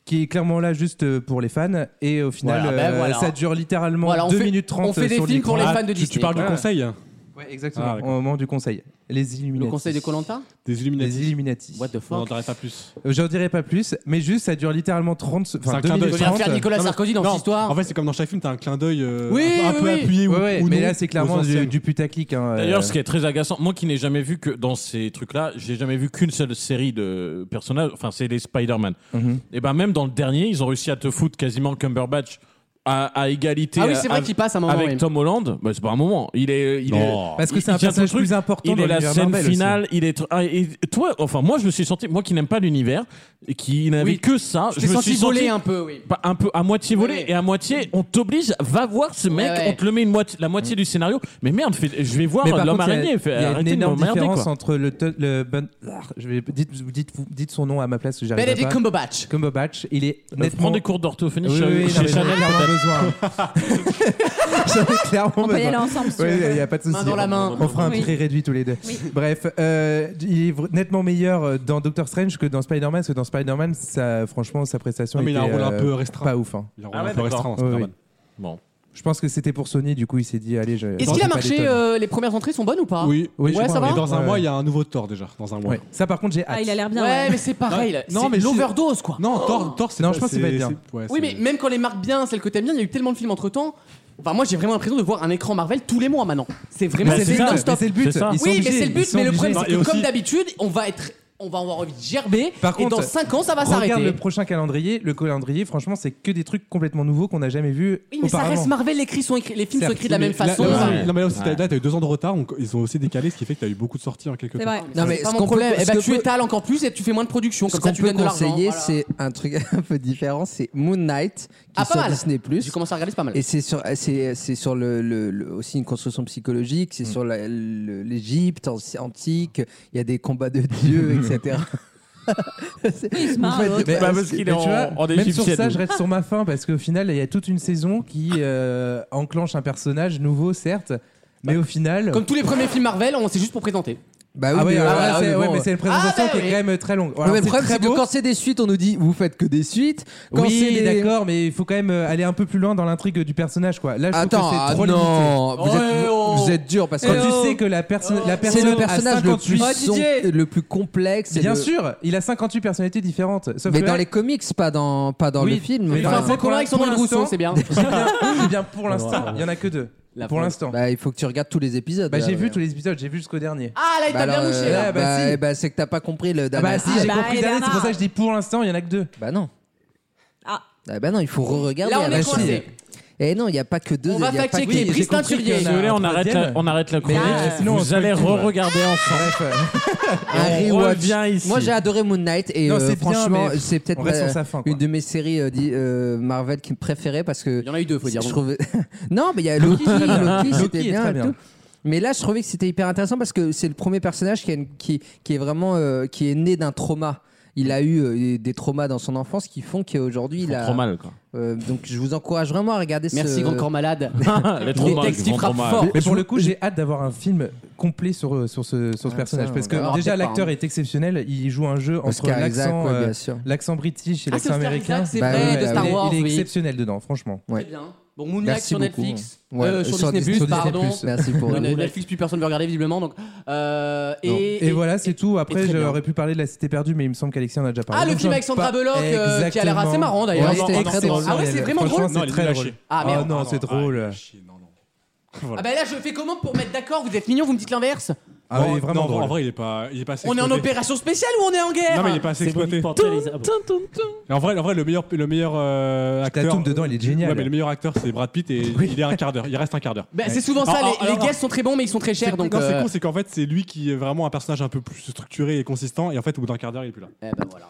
H: qui est clairement là juste euh, pour les fans. Et au final,
C: Voilà, ben
H: euh,
C: voilà.
H: ça dure littéralement
C: Voilà, on
H: 2
C: fait-
H: minutes 30
C: on fait des
H: sur
C: films pour
H: l'écran.
C: les
I: Ah,
C: fans de
I: tu-
C: Disney.
I: Tu parles du
H: Ouais.
I: conseil hein,
H: Ouais, exactement,
I: Ah, d'accord.
H: au moment du conseil. Les Illuminati.
C: Le conseil de Colanta
I: Des
H: Les
I: Illuminati.
H: Illuminati.
C: What the
I: On n'en
C: fuck
I: dirait pas plus.
H: Euh, J'en dirais pas plus, mais juste ça dure littéralement 30 se-
I: C'est
H: enfin, 2
I: un clin d'œil.
H: minutes
C: Tu viens
H: 30.
C: faire Nicolas
I: Non, mais-
C: Sarkozy dans cette
I: non, En
C: histoire
I: fait, c'est comme dans chaque film, t'as un clin d'œil euh,
C: Oui,
I: un, un
C: oui,
I: peu
C: oui.
I: appuyé ou,
H: Ouais, ouais,
I: ou
H: mais
I: non
H: là c'est clairement
I: aux
H: du,
I: anciennes.
H: du putaclic. hein, euh.
D: D'ailleurs, ce qui est très agaçant, moi qui n'ai jamais vu que dans ces trucs-là, j'ai jamais vu qu'une seule série de personnages, enfin, c'est les Spider-Man.
H: Mhm.
D: Et ben même dans le dernier, ils ont réussi à te foutre quasiment Cumberbatch à, à égalité
C: Ah oui, c'est vrai
D: avec,
C: qu'il passe un moment.
D: avec
C: oui.
D: Tom Holland, bah, c'est pas un moment. Il est, il est,
H: Parce que
D: il-
H: c'est un
D: il tient
H: personnage
D: son truc,
H: plus important
D: il
H: dans
D: est la
H: l'univers
D: scène
H: Marvel aussi.
D: finale. Il est. ah, et toi, enfin moi, je me suis senti, moi qui n'aime pas l'univers, et qui n'avait
C: Oui.
D: que ça,
C: Je
D: je,
C: t'ai
D: me
C: senti
D: suis
C: voler
D: senti
C: un peu, oui.
D: pas- un peu à moitié volé
C: Ouais.
D: et à moitié on t'oblige va voir ce mec
C: Ouais, ouais.
D: on te le met une moitié la moitié du scénario mais merde fais- je vais voir
H: Mais par
D: l'homme
H: contre, il y a-
D: araignée fait,
H: Il y a une
D: arrêtez de
H: énorme
D: m'emmerder,
H: différence
D: quoi.
H: entre le, to- le bon- ah, je vais dites, vous dites, vous dites son nom à ma place, que j'arrive
C: Benedict
H: à pas.
C: Cumberbatch.
H: Cumberbatch, il est
D: Euh, prends
H: nettement.
D: des cours d'orthophonie
H: Oui, oui,
D: chez,
H: oui,
D: chez
H: j'en ai
D: Chanel
H: clairement
D: peut-être.
H: besoin. J'en ai clairement
F: On peut y aller
H: besoin.
F: ensemble. si tu
H: Oui,
F: veux.
H: il n'y a pas de souci.
C: Main dans la main.
H: On fera un
F: Oui.
H: prix réduit tous les deux.
F: Oui.
H: Bref, euh, il est vr- nettement meilleur euh, dans Doctor Strange que dans Spider-Man, parce que dans Spider-Man, ça, franchement, sa prestation
I: Non, Ah, mais il a un
H: était,
I: rôle un
H: euh,
I: peu restreint.
H: pas ouf. hein.
I: Il a un
D: Ah
I: rôle
D: ouais,
I: un peu
D: d'accord.
I: restreint en
H: Oui, oui.
I: Spider-Man.
D: bon
H: Je pense que c'était pour Sony, du coup, il s'est dit, allez, je.
C: Est-ce
H: je
C: qu'il a
H: fais pas les
C: marché
H: tonnes.
C: euh, Les premières entrées sont bonnes ou pas
I: Oui,
H: Oui, je
C: Ouais, ça
H: crois,
C: va
I: Et dans un
H: Ouais.
I: mois, il y a un nouveau Thor déjà. Dans un mois.
H: Ouais. Ça, par contre, j'ai hâte.
F: Ah, il a l'air bien.
C: Ouais,
F: ouais.
C: mais c'est pareil. là.
I: Non,
C: C'est
I: mais je-
C: l'overdose, quoi.
I: Non, Thor, Thor, c'est
H: Non,
I: pas-
H: je pense que ça va être bien.
I: c'est- ouais,
C: Oui, mais
I: c'est-
C: même quand les marques bien, celles que t'aimes bien, il y a eu tellement de films entre temps. Enfin, moi, j'ai vraiment l'impression de voir un écran Marvel tous les mois maintenant. C'est vraiment
D: Mais
H: Mais
C: c'est
H: ça, mais
C: non-stop.
H: c'est le but.
D: C'est ça.
H: Ils sont
C: Oui, mais
H: obligés,
C: c'est le but,
H: ils sont
C: mais le
H: obligés.
C: problème, c'est que
I: Et
C: comme
I: aussi-
C: d'habitude, on va être. On va avoir envie de gerber.
H: Par
C: et dans
H: contre,
C: 5 ans, ça va
H: Regarde
C: s'arrêter.
H: le prochain calendrier. Le calendrier, franchement, c'est que des trucs complètement nouveaux qu'on n'a jamais vus
C: Oui, mais ça
H: auparavant.
C: reste Marvel, les, cris sont écrits- les films sont
H: Certes,
C: écrits de la
I: Mais
C: même
I: là-
C: façon.
I: là
C: ça-
I: aussi-
D: Ouais.
I: Non, mais là aussi, t'as-
D: Ouais.
I: là, t'as eu deux ans de retard, donc ils ont aussi décalé, ce qui fait que t'as eu beaucoup de sorties en quelques
F: C'est
I: temps.
F: vrai.
E: Non, mais ce
C: C'est pas
E: qu'on
C: mon
E: peut-
C: problème.
E: ce
C: Eh ben,
E: que
C: tu
E: peut-
C: étales encore plus et tu fais moins de production.
E: Ce
C: Comme ça,
E: qu'on
C: tu
E: peut
C: gagnes de l'argent.
E: conseiller,
C: voilà.
E: c'est un truc un peu différent, c'est Moon Knight, qui
C: Ah,
E: est
C: pas
E: sur
C: mal.
E: Disney+.
C: J'ai commencé à regarder, c'est pas mal.
E: Et c'est sur, c'est, c'est sur le, le- le- aussi une construction psychologique,
H: Mm.
E: c'est sur la- le- l'Égypte anci- antique, il y a des combats de dieux, etc. C'est-
F: se marre,
H: Ah,
E: vous faites-
F: l'autre.
E: mais-
D: Bah, parce
E: c'est-
D: qu'il est
H: Mais
D: en,
H: tu vois,
D: en
H: même sur
D: égyptienne.
H: ça, je reste sur ma fin parce qu'au final, il y a toute une saison qui euh, enclenche un personnage nouveau, certes, mais au final.
C: Comme tous les premiers films Marvel, on c'est juste pour présenter.
E: Bah oui,
H: Ah oui,
E: mais,
H: ah
E: voilà,
H: ouais, c'est-
E: mais
H: ouais,
E: bon,
H: mais c'est une présentation
C: Ah, bah
H: qui est
C: oui.
H: quand même très longue.
E: Ouais,
H: Alors,
E: mais le
H: c'est
E: problème,
H: très
E: c'est que
H: beau.
E: quand c'est des suites, on nous dit vous faites que des suites. Quand c'est
H: oui,
E: des...
H: d'accord, mais il faut quand même euh, aller un peu plus loin dans l'intrigue du personnage, quoi. Là, je
E: Attends,
H: trouve que
E: ah
H: c'est trop limité.
E: non, vous,
C: Oh,
E: êtes,
C: eh oh.
E: vous êtes dur parce que
H: Quand tu sais que la, personne la
E: c'est
H: personne
E: le
H: a
E: personnage le
H: 58
E: plus,
C: Oh,
F: Oh,
E: som- le plus complexe. et
H: Bien
E: le-
H: sûr, il a 58 personnalités différentes. Sauf
E: mais
H: que
E: dans
H: là,
E: les comics, pas dans, pas dans
H: Oui,
E: le film.
H: mais
C: Il
H: dans
C: fait un
H: la-
C: faux commun avec
H: pour
C: Sandrine
H: l'instant-
C: Rousseau, c'est bien.
H: Eh bien, eh bien, pour l'instant, il y en a que deux.
C: Ah, La bah,
H: pour
C: pauvre.
H: l'instant. Bah,
E: Bah, il faut que tu regardes tous les épisodes. euh, là,
H: j'ai vu
E: ouais.
H: tous les épisodes, j'ai vu jusqu'au dernier.
C: Ah là, il
E: Bah
C: t'a bien
E: alors,
C: mouché.
E: euh,
C: là.
H: Ah, bah
E: bah,
H: si.
E: eh bah, c'est que t'as pas compris le
H: Ah
E: dernier.
H: bah si, j'ai
F: bah,
H: compris le dernier,
F: Bernard.
H: c'est pour ça que je dis pour l'instant, il y en a que deux.
E: Bah non.
F: Ah.
E: Ah bah non, il faut re-regarder.
C: Là, on
E: Ah bah
C: est
E: si.
C: coincé.
E: Eh non, il n'y a pas que deux.
C: On va
E: il y a pas
C: fact-checker.
E: que-
C: Oui, Brice
H: j'ai compris
C: Teinturier.
H: qu'il y en
D: Si
H: a
D: vous voulez,
H: un
D: on arrête,
H: troisième.
D: la, on arrête la chronique.
F: là,
H: euh, sinon, on
D: vous
H: se
D: allez
H: fait tout, ouais.
D: re-regarder ensemble.
H: Bref, euh,
E: un
D: on
E: rewatch.
D: revient ici.
E: Moi, j'ai adoré Moon Knight et
H: Non,
E: euh,
H: c'est bien,
E: franchement,
H: mais
E: c'est peut-être
H: on reste
E: ma-
H: sur sa fin. quoi.
E: une de mes séries euh, di- euh, Marvel qui me préférait parce que
C: Il y en a eu deux, faut dire.
E: je
C: donc.
E: trouvais. non, mais il y a Loki,
H: très bien.
E: Loki,
H: Loki
E: c'était
H: est
E: bien,
H: très
E: et
H: bien.
E: tout. Mais là, je trouvais que c'était hyper intéressant parce que c'est le premier personnage qui, a une- qui, qui est vraiment euh, qui est né d'un trauma. Il a eu euh, des traumas dans son enfance qui font qu'aujourd'hui il
D: Ils font
E: a.
D: trop mal, quoi.
E: Euh, donc je vous encourage vraiment à regarder ce.
C: Merci, grand corps malade.
D: Les trop mal,
C: textes qui
D: ils font trop
C: frappent
D: mal.
C: fort.
H: Mais pour le coup, j'ai hâte d'avoir un film complet sur, euh, sur ce, sur ce
E: Ah,
H: personnage.
E: ça,
H: Parce
E: on
H: que
E: verra.
H: déjà,
C: Peut-être pas,
H: l'acteur
C: hein.
H: est exceptionnel. Il joue un jeu entre
E: Oscar Isaac,
H: l'accent
E: ouais,
H: euh,
E: bien sûr.
H: l'accent british et
C: Ah, c'est
H: l'accent
C: Oscar
H: américain.
C: Isaac, c'est
E: Bah
C: vrai,
E: ouais,
C: de
E: il
C: Star
H: il est-
C: Wars.
H: Il est
C: oui.
H: exceptionnel dedans, franchement.
C: Très bien. Bon, Moon Knight
E: Merci
C: sur
E: beaucoup.
C: Netflix.
E: Ouais,
C: Euh, sur,
E: sur
C: Disney+,
E: Dis- sur Disney+,
C: pardon.
E: Merci pour
C: Ouais, Netflix, plus personne ne veut regarder visiblement. Donc, euh,
H: Non.
C: et,
H: Et, voilà, c'est tout. Après,
C: très bien.
H: j'aurais pu parler de la Cité perdue, mais il me semble qu'Alexis en a déjà parlé.
C: Ah, le
H: Donc,
C: film
H: j'en-
C: avec Sandra
H: pas-
C: Bullock euh, qui a l'air assez
H: Exactement.
C: marrant
H: Ouais,
C: d'ailleurs.
E: c'était
H: non,
E: très
H: non, c'est
E: drôle.
C: Ah ouais, c'est vraiment
H: Franchement,
C: drôle.
H: c'est
I: il
H: très
I: l'a
H: drôle.
I: lâché.
C: Ah
H: Oh
C: merde.
H: non, c'est drôle.
C: Ah bah là, je fais comment pour mettre d'accord Vous êtes mignon, vous me dites l'inverse
H: Ah,
I: Bon,
H: il est vraiment
I: non, En
H: drôle.
I: vrai, il est pas, il est pas assez
C: On est en
I: exploité.
C: opération spéciale ou on est en guerre
I: Non, mais il est pas assez
G: C'est Bonnie
I: exploité.
G: Porter, les- ah bon.
I: Et en vrai, en vrai, le meilleur, le meilleur euh, acteur.
H: Tatum dedans, il est génial.
I: Ouais, mais le meilleur acteur, c'est Brad Pitt et il est un quart d'heure. Il reste un quart d'heure.
C: Bah, C'est souvent ça,
I: Alors,
C: les, les
I: alors,
C: guests sont très bons mais ils sont très chers.
I: C'est-
C: Donc,
I: non,
C: euh,
I: c'est con, c'est qu'en fait, c'est lui qui est vraiment un personnage un peu plus structuré et consistant. Et en fait, au bout d'un quart d'heure, il est plus là.
C: eh ben voilà.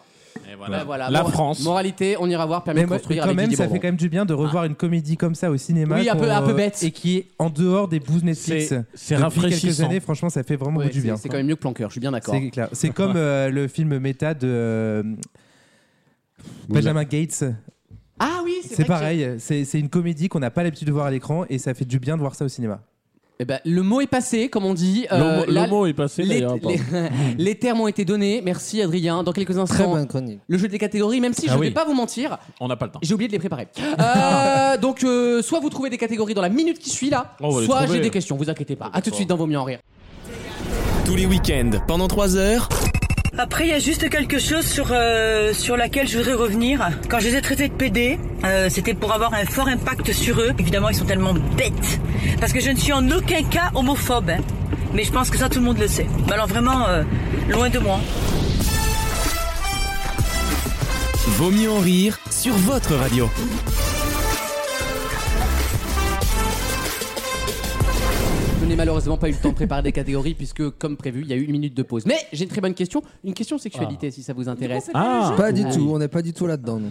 C: Bah, voilà.
D: La
C: Mor-
D: France.
C: Moralité, on ira voir, permis
H: Mais
C: de
H: moi,
C: construire
H: quand
C: avec
H: même,
C: Didier
H: ça fait
C: Bourbon.
H: quand même du bien de revoir une comédie comme ça au cinéma.
C: Oui, un peu-
H: qu'on,
C: un peu
H: euh,
C: bête.
H: Et qui est en dehors des bouses
D: C'est-
H: Netflix.
D: c'est
H: Depuis quelques
D: rafraîchissant.
H: années, franchement, ça fait vraiment
C: Ouais,
H: du
C: c'est-
H: bien.
C: C'est quand même mieux que Planqueur, je suis bien d'accord.
H: C'est clair. C'est comme euh, le film méta de euh, Benjamin Gates.
C: Ah oui, c'est vrai
H: C'est
C: que-
H: pareil. C'est c'est une comédie qu'on n'a pas l'habitude de voir à l'écran et ça fait du bien de voir ça au cinéma.
C: Eh ben, le mot est passé, comme on dit. Euh,
D: Le mot-
C: là,
D: le mot est passé
C: les,
D: d'ailleurs. pardon.
C: les- les termes ont été donnés. Merci Adrien. Dans quelques
E: Très
C: instants,
E: bonne chronique.
C: le jeu des catégories, même si
D: Ah
C: je ne
D: oui.
C: vais pas vous mentir,
D: On n'a pas le temps.
C: j'ai oublié de les préparer. Euh, donc, euh, soit vous trouvez des catégories dans la minute qui suit là,
D: On va les
C: soit
D: trouver.
C: j'ai des questions, vous inquiétez pas. A tout de suite dans Vos mieux en rire.
A: Tous les week-ends, pendant 3 heures,
B: Après, il y a juste quelque chose sur, euh, sur laquelle je voudrais revenir. Quand je les ai traités de PD, euh, c'était pour avoir un fort impact sur eux. Évidemment, ils sont tellement bêtes. Parce que je ne suis en aucun cas homophobe. hein. Mais je pense que ça, tout le monde le sait. Mais alors vraiment, euh, loin de moi.
A: Vaut mieux en rire sur votre radio.
C: je n'ai malheureusement pas eu le temps de préparer des catégories puisque, comme prévu, il y a eu une minute de pause. Mais j'ai une très bonne question, une question sexualité si ça vous intéresse.
D: Ah,
J: Pas du
C: Ah
J: tout,
C: oui.
J: on n'est pas du tout là-dedans. nous.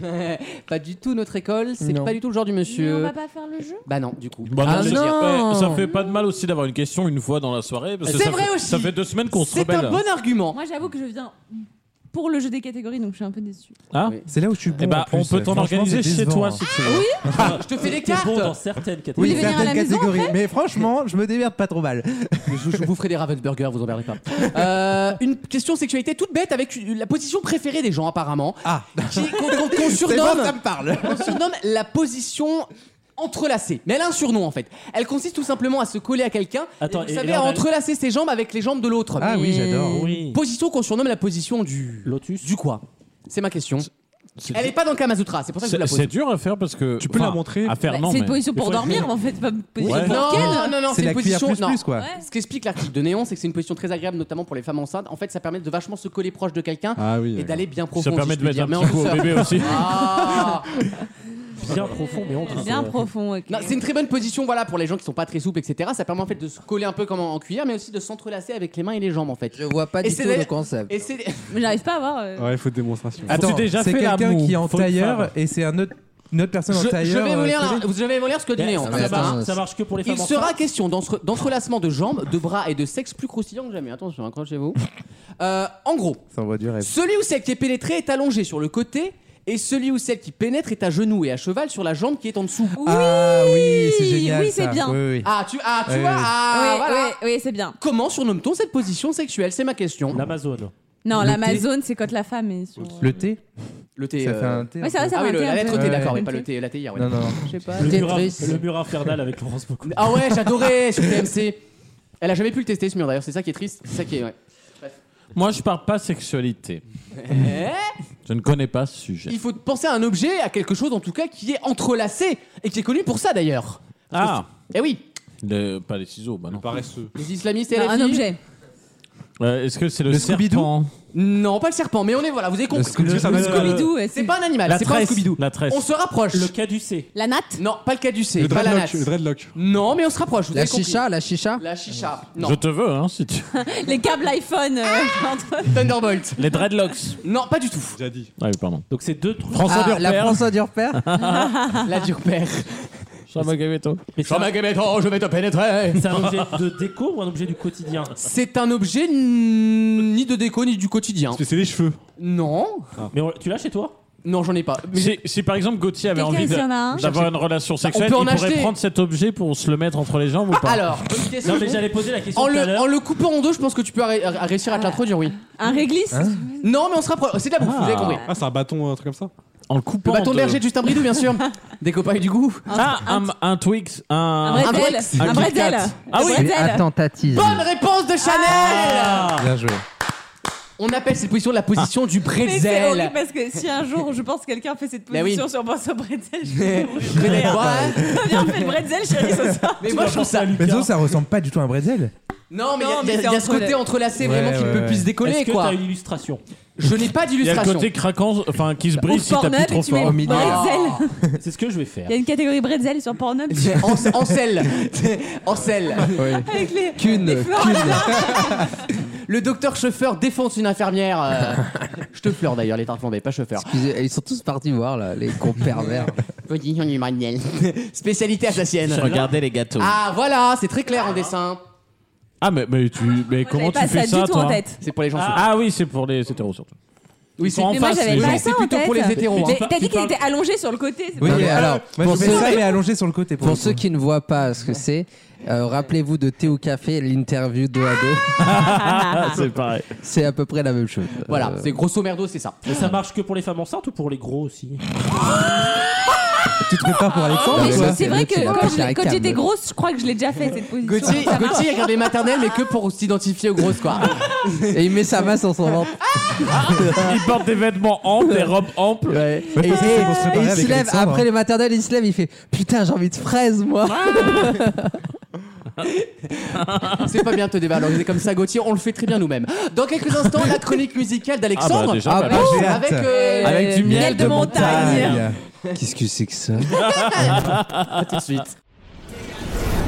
C: pas du tout notre école, c'est
J: Non.
C: pas du tout le genre du monsieur.
F: on va pas faire le jeu
C: Bah non, du coup.
D: Bah non,
J: Ah
D: c'est-
J: non
D: eh, ça fait pas de mal aussi d'avoir une question une fois dans la soirée. parce que
C: C'est
D: ça
C: vrai
D: fait-
C: aussi.
D: Ça fait deux semaines qu'on se
C: C'est
D: rebelle.
C: un bon argument.
F: Moi, j'avoue que je viens pour le jeu des catégories, donc je suis un peu déçue.
D: Ah.
C: Oui.
H: C'est là où je suis bon.
D: Eh
H: en
D: bah,
H: plus.
D: on peut t'en
H: Franchement,
D: organiser
H: c'est
D: chez
H: décevant,
D: toi
H: hein.
D: si tu veux.
C: Je te fais des
G: T'es
C: cartes.
G: bon dans certaines catégories.
F: Oui,
H: Oui,
F: venir à la
H: certaines
F: maison
H: catégories. Mais franchement, je me démerde pas trop mal.
C: Je, je vous ferai des Ravensburger, vous emmerderez pas. Euh, une question sexualité toute bête avec la position préférée des gens apparemment.
H: Ah.
C: Qui- Qu'on qu'on- qu'on
H: C'est bon,
C: surnomme,
H: ça me parle.
C: qu'on surnomme la position entrelacée. Mais elle a un surnom en fait. Elle consiste tout simplement à se coller à quelqu'un. et
G: Attends,
C: vous
G: et
C: savez,
G: là,
C: à
G: on a-
C: entrelacer ses jambes avec les jambes de l'autre.
H: Ah oui, j'adore.
G: Oui.
C: Position qu'on surnomme la position du.
G: Lotus.
C: Du quoi C'est ma question.
D: C'est-
C: Elle est pas dans le Kama Sutra, c'est pour ça que je vous la
D: C'est
C: pose.
D: c'est dur à faire parce que.
I: Tu peux
D: enfin,
I: la montrer.
D: À faire,
F: Bah,
D: non.
F: c'est
D: mais-
F: une position pour dormir, en fait, pas une position
D: Ouais.
F: pour
C: Non,
F: quelle
C: non, non,
H: C'est
C: c'est
H: la
C: une
H: cuillère
C: position.
H: plus
C: non.
H: plus quoi.
F: Ouais.
C: Ce qu'explique l'article de Néon, c'est que c'est une position très agréable, notamment pour les femmes enceintes. En fait, ça permet de vachement se coller proche de quelqu'un
I: Ah oui.
C: et
I: d'accord.
C: d'aller bien profond.
D: Ça
C: si
D: permet
C: je
D: de mettre
C: puis dire,
D: un
C: mais en
D: petit coup au
C: douceur.
D: bébé aussi.
C: Ah
G: Bien profond, mais on
F: Bien profond, ok.
C: Non, c'est une très bonne position, voilà, pour les gens qui sont pas très souples, etc. Ça permet en fait de se coller un peu comme en, en cuillère, mais aussi de s'entrelacer avec les mains et les jambes, en fait.
J: Je vois pas
C: Et
J: du
C: c'est
J: tout le
C: d'ailleurs-
J: concept.
C: Et c'est
F: Mais j'arrive pas à voir. euh,
I: Ouais, il faut démonstration.
D: Ah,
H: Attends,
D: tu déjà
H: c'est
D: fait la
H: quelqu'un
D: moue.
H: qui est en
D: Faut le
H: tailleur
D: faire.
H: et c'est un autre, une autre personne
C: je,
H: en
C: je
H: tailleur.
C: vais vous
H: euh,
C: lire,
H: collée.
C: la- vous- je vais vous lire ce que dit Néon.
J: mais
G: ça,
J: attends,
G: marche,
J: ça-
G: ça marche que pour les femmes
C: Il sera
G: enceintes.
C: question d'entre- d'entrelacement de jambes, de bras et de sexe plus croustillant que jamais. Attention, accrochez-vous. Euh, en gros,
H: Ça envoie du rêve.
C: Celui ou celle qui est pénétré est allongé sur le côté et celui ou celle qui pénètre est à genoux et à cheval sur la jambe qui est en dessous.
F: Oui,
H: Ah oui, c'est génial.
F: Oui, c'est
H: ça.
F: bien.
H: Oui, oui.
C: Ah, tu, ah, tu
H: Oui,
C: vois,
H: oui.
C: ah,
F: oui,
C: voilà.
F: oui, oui, c'est bien.
C: Comment surnomme-t-on cette position sexuelle C'est ma question.
G: L'Amazon.
F: Non,
H: Le
F: l'Amazon, c'est quand la femme est sur.
H: Le thé
C: Le T.
H: Ça
C: euh,
H: fait un thé.
F: Ouais,
H: un
F: c'est vrai,
H: peu.
F: ça
C: ah oui,
F: m'a
C: le-
F: été un
C: la lettre
F: peu-
C: T, d'accord,
F: Ouais.
C: mais pas le T, la TIR. Ouais.
H: Non, non, non.
F: Je sais pas.
G: Le
J: Tetris.
G: mur, inf- le mur infernal avec Laurence Bocco.
C: Ah ouais, j'adorais sur TMC. Elle a jamais pu le tester ce mur d'ailleurs, c'est ça qui est triste. C'est ça qui est. ouais.
D: Moi, je parle pas sexualité. Je ne connais pas ce sujet.
C: Il faut penser à un objet, à quelque chose en tout cas qui est entrelacé et qui est connu pour ça d'ailleurs.
D: Ah,
C: Eh oui,
D: le- pas les ciseaux, bah non.
I: Paresseux.
C: les islamistes et
F: Non,
C: les
F: un objet.
D: Euh, Est-ce que c'est le,
H: Le Scooby-Doo
D: serpent
C: Non, pas le serpent, mais on est voilà, vous avez compris.
I: Est-ce que ça va être-
F: Scooby-Doo, ouais,
C: Euh, C'est
F: c'est
C: pas un animal,
D: La
C: c'est pas un
D: tresse.
C: Scooby-Doo.
D: La tresse.
C: On se rapproche.
G: Le caducé.
F: La natte
C: Non, pas le caducé,
I: Le
C: pas la
I: dreadlock.
C: natte.
I: Le dreadlock.
C: Non, mais on se rapproche. vous
J: La
C: avez compris.
J: chicha, la chicha
C: La chicha. Non.
D: Je te veux, hein, si tu.
F: Les câbles iPhone euh,
C: Ah
F: entre-
C: Thunderbolt.
D: Les dreadlocks.
C: Non, pas du tout.
I: J'ai déjà dit.
D: Ah oui, pardon.
G: Donc c'est deux trucs.
D: François
J: Ah, la
D: Durper.
J: François Durper
C: La dure père.
D: Jean-Marc Gavetto.
G: Mais c'est un,
C: je vais te pénétrer.
G: c'est un objet de déco ou un objet du quotidien
C: C'est un objet n- ni de déco ni du quotidien.
I: Parce que c'est les cheveux.
C: Non,
G: Mais on- tu l'as chez toi
C: non, j'en ai pas. Mais
D: Si, si, par exemple Gauthier avait
F: Quelqu'un
D: envie de-
F: ici en a un
D: d'avoir une relation sexuelle, il
C: Bah, peut en
D: pourrait
C: acheter.
D: prendre cet objet pour se le mettre entre les jambes ou pas
C: alors, bonne question.
G: Non mais j'allais poser la question
C: en
G: tout à
C: le, en
G: l'heure.
C: le coupant en deux, je pense que tu peux arrê- arrê- réussir à te l'introduire, oui.
F: Un réglisse
D: Hein
C: Non, mais on se rapproche. C'est de la bouffe, vous avez compris. Bah,
I: Ah, c'est un bâton, un truc comme ça
D: En le
C: Le
D: coupant.
C: bâton de
D: en deux.
C: berger de Justin Bridou, bien sûr. Des copains et du goût.
D: Ah, un, un Twix,
F: Un
D: un.
F: bretzel
C: Brex.
F: Un
D: Un
F: bretzel
D: Kit Kat. Ah oui.
J: C'est un tentative.
C: Bonne réponse de Chanel
D: Ah.
C: Ah,
H: Bien joué.
C: On appelle cette position la position du
F: Mais c'est
C: bretzel.
F: horrible parce que si un jour je pense que quelqu'un fait cette
C: Bah oui.
F: position sur moi sur bretzel, je vais
C: Mais-
F: mourir.
C: Ouais,
F: Viens, on fait le bretzel, chérie, ce soir.
C: mais moi je trouve ça.
H: Mais disons, ça ressemble pas du tout à un bretzel.
C: Non, mais il y
F: Non,
C: a- il y,
F: mais
C: a-
F: c'est
C: il y a ce
F: entre
C: côté
F: les-
C: entrelacé
H: Ouais,
C: vraiment qui
H: ouais,
C: peut
H: ouais.
C: puisse
G: Est-ce
C: décoller
G: que
C: quoi.
G: t'as une illustration
C: Je n'ai pas
D: Il y a le
C: d'illustration.
D: côté craquant, enfin qui se
F: Ou
D: brise si t'appuies
F: Pornhub,
D: trop
F: tu mets
D: fort.
J: milieu.
C: Oh.
F: bretzel.
G: C'est ce que je vais faire.
F: Il y a une catégorie bretzel sur Pornhub
C: en, en selle. en selle.
F: avec les.
J: Qu'une,
F: les fleurs à la main.
C: Le docteur chauffeur défonce une infirmière. euh, Je te pleure d'ailleurs, les tartes flambées, pas chauffeur.
J: Excusez, ils sont tous partis voir là, les cons pervers.
C: Position du manuel. Spécialité assassienne.
D: Regardez les gâteaux. Ah,
C: Ah voilà, c'est très clair en dessin.
D: mais, mais tu, mais
F: Moi,
D: comment tu
G: bah,
D: fais
F: j'avais pas ça
D: ça,
F: du tout en
D: toi
F: tête.
C: C'est pour les gens.
D: ah,
C: sourds.
D: ah oui, c'est pour les hétéros surtout.
C: oui, c'est
D: en
F: Mais moi
D: face,
F: j'avais
D: les
F: pas
D: gens.
F: ça
C: C'est
F: en
C: plutôt
F: tête.
C: pour les hétéros. hein.
F: Mais
G: Tu
F: t'as dit qu'il
G: parles-
F: était allongé sur le côté. c'est
H: Oui,
F: pas-
H: mais alors, moi
J: pour
H: je fais
J: ceux-
H: ça, mais allongé sur le côté. Pour,
J: Pour
H: le
J: ceux
H: coup.
J: qui ne voient pas ce que c'est, euh, rappelez-vous de Thé ou Café, l'interview de Ado.
D: Ah, c'est pareil.
J: C'est à peu près la même chose.
C: Voilà,
J: Euh,
C: c'est grosso merdo, c'est ça.
G: Mais ça marche que pour les femmes enceintes ou pour les gros aussi
H: Tu te prépares pour
F: Non,
H: Alexandre
F: mais
J: Ah,
H: ou
J: ouais,
F: je-
H: quoi
J: ça,
F: c'est vrai
J: c'est
F: que
J: le
F: quand
J: petit
F: je-
J: arcade.
F: quand j'étais grosse, je crois que je l'ai déjà fait cette position.
C: Gauthier,
F: Ça marche.
C: Gauthier regarde les maternelles, mais que pour s'identifier aux grosses, quoi.
J: Et il met sa main sur son ventre.
D: Ils portent Ah. des vêtements amples, des robes amples.
J: Et,
H: pense qu'ils vont se
J: et il
H: préparer
J: se
H: avec
J: lève,
H: Alexandre,
J: après
H: hein.
J: les maternelles, il se lève, il fait Putain, j'ai envie de fraises, moi
C: C'est pas bien de te dévaloriser comme ça, Gauthier. On le fait très bien nous-mêmes. Dans quelques instants, la chronique musicale d'Alexandre.
D: Ah bah, déjà,
J: Ah
D: bah,
J: bon
H: j'ai hâte.
C: avec, euh,
D: Avec du
F: Euh,
D: miel
F: de montagne.
J: Qu'est-ce que c'est que ça
C: tout de suite.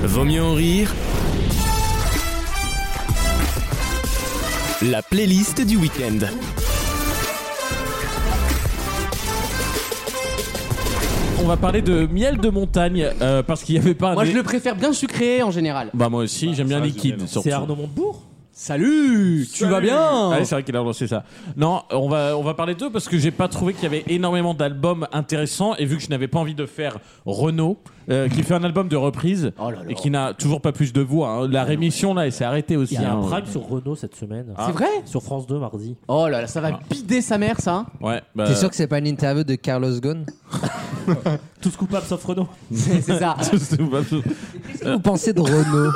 A: Vaut mieux en rire. La playlist du week-end.
D: bah, On va parler de miel de montagne euh, parce qu'il n'y avait pas un.
C: Moi, je
D: des-
C: le préfère bien sucré en général.
D: Bah, moi aussi, j'aime bien
I: ça,
D: liquide.
I: j'aime
D: surtout.
G: C'est Arnaud Montebourg
C: Salut, tu vas bien
D: Ah oui, c'est vrai qu'il a lancé ça. Non, on va, on va parler d'eux parce que j'ai pas trouvé qu'il y avait énormément d'albums intéressants et vu que je n'avais pas envie de faire Renault, euh, qui fait un album de reprise
C: Oh là là.
D: et qui n'a toujours pas plus de voix. hein. La rémission là, elle s'est arrêtée aussi.
G: Ah, Il y a un
D: hein.
G: prime sur Renault cette semaine.
D: Ah.
C: C'est vrai
G: Sur France 2 mardi.
C: Oh là là, ça va bider sa mère ça. hein.
D: Ouais, bah,
J: T'es sûr que c'est pas une interview de Carlos Ghosn
G: Tous coupables sauf Renault.
C: C'est c'est ça.
D: c'est pas- Euh,
J: Vous pensez de Renault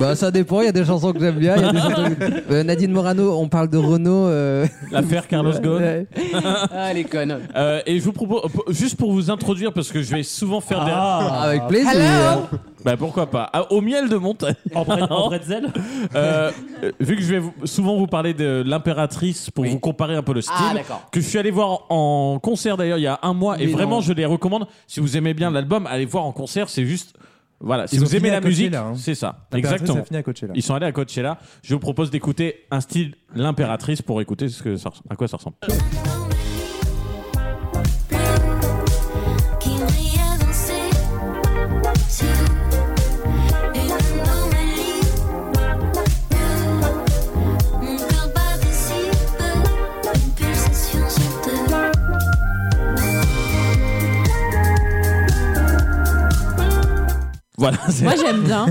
J: Bah ça dépend, il y a des chansons que j'aime bien. il y a des chansons que- Euh, Nadine Morano, on parle de Renault. euh,
D: L'affaire Carlos Ghosn.
J: ouais.
C: Ah les connes.
D: Euh, et je vous propose, euh, juste pour vous introduire, parce que je vais souvent faire
G: Ah.
D: Ah.
J: Avec plaisir.
D: des. Bah pourquoi pas. Ah, Au miel de montagne.
G: En, bre- en bretzel
D: Euh, euh, vu que je vais vous- souvent vous parler de l'impératrice pour
C: Oui.
D: vous comparer un peu le style,
C: Ah, d'accord.
D: que je suis allé voir en concert d'ailleurs il y a un mois, et
C: Mais
D: vraiment
C: non.
D: je les recommande. Si vous aimez bien l'album, allez voir en concert, c'est juste. Voilà, si
H: Ils ont
D: vous aimez
H: fini
D: la
H: à Coachella,
D: musique,
H: hein.
D: c'est ça.
H: Impératrice,
D: Exactement.
H: Ça finit à Coachella.
D: Ils sont allés à Coachella. Je vous propose d'écouter un style l'impératrice pour écouter ce que ça res- à quoi ça ressemble.
K: Qui brille à danser sur une anomalie que mon corps bat d'ici peu, une pulsation sur deux.
D: Voilà. c'est-
F: Moi, j'aime bien.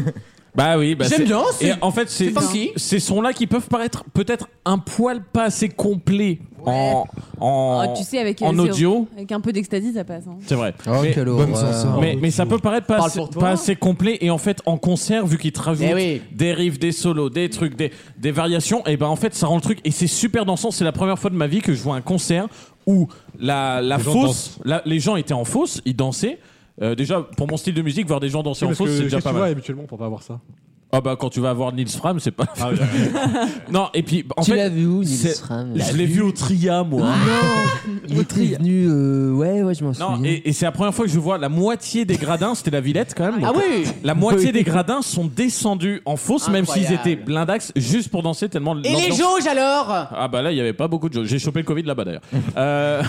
D: Bah oui, bah
C: J'aime
D: c'est-
C: bien,
D: Et
C: c'est-
D: en fait, c'est
C: c'est funky.
D: ces sons-là qui peuvent paraître peut-être un poil pas assez complet en en,
F: Oh, tu sais, avec, euh,
D: en
F: zéro-
D: audio.
F: avec un peu d'extasie, ça passe. hein.
D: C'est vrai.
C: Ah,
J: Oh,
D: Mais-
J: quelle
H: bonne
J: horreur.
H: chanson.
D: mais, mais ça peut paraître pas
C: Parle
D: assez,
C: pour toi.
D: pas assez complet et en fait en concert vu qu'ils te rajoutent
C: Eh oui.
D: des riffs, des solos, des trucs, des, des variations et ben en fait ça rend le truc et c'est super dansant. C'est la première fois de ma vie que je vois un concert où la, la
I: Les gens
D: fosse, la- les gens étaient en fosse, ils dansaient. Euh, déjà pour mon style de musique voir des gens danser en
I: Parce que
D: fosse c'est
I: qu'est-ce
D: déjà
I: que
D: pas
I: tu
D: mal.
I: vois habituellement pour pas avoir ça
D: Ah bah quand tu vas voir Nils Fram c'est pas.
I: Ah,
D: non et puis en
E: tu
D: fait
E: l'as vu où, Nils
D: c'est-
E: Fram
D: je l'ai vu au Tria moi.
E: Il était venu. euh, Ouais, ouais, je m'en
D: Non,
E: souviens.
D: et, et c'est la première fois que je vois la moitié des gradins, c'était la Villette quand même.
C: Ah
D: donc,
C: oui
D: La moitié des gradins sont descendus en fosse, même s'ils
C: Incroyable.
D: étaient blindax, juste pour danser tellement.
C: Et les
D: l'ambiance-
C: jauges alors
D: Ah bah là, il y avait pas beaucoup de jauges. J'ai chopé le Covid là-bas d'ailleurs. Euh,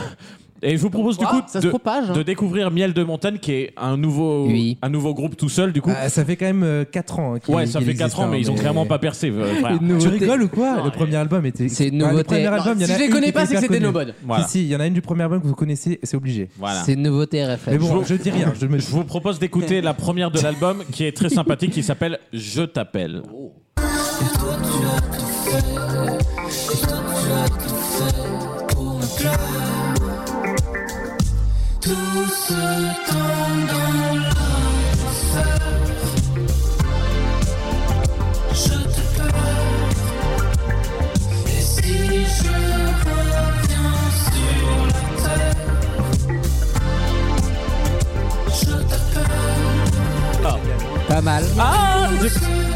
D: et je vous propose du
C: Quoi
D: coup
C: ça se
D: de,
C: propage. hein.
D: de découvrir Miel de Montagne, qui est un nouveau,
E: Oui.
D: un nouveau groupe tout seul du coup.
H: Ah, ça fait quand même 4 ans. hein, qu'il-
D: ouais, ça
H: qu'il
D: fait
H: existe,
D: 4 ans,
H: hein,
D: mais ils ont clairement pas percé. euh, frère.
E: Une
H: Tu
E: nouveauté.
H: rigoles ou quoi Le premier album était.
E: C'est une
H: Ah,
E: nouveauté.
H: Le premier
E: Non,
H: album, il y en
C: si
H: a
C: je les
H: une
C: connais
H: qui
C: pas,
H: était
C: c'est que
H: hyper
C: c'était
H: connue.
C: de nos bonnes.
D: Voilà.
H: Si, si, il y en a une du premier album que vous connaissez, c'est obligé.
D: Voilà.
E: C'est une nouveauté RFL.
H: Mais bon, je veux dire rien. Je me...
D: Je vous propose d'écouter la première de l'album, qui est très sympathique, qui s'appelle Je t'appelle.
K: Tout ce temps dans l'enfer, je te pleure. Et si je reviens sur la terre, je t'appelle.
J: Pas mal.
D: Ah,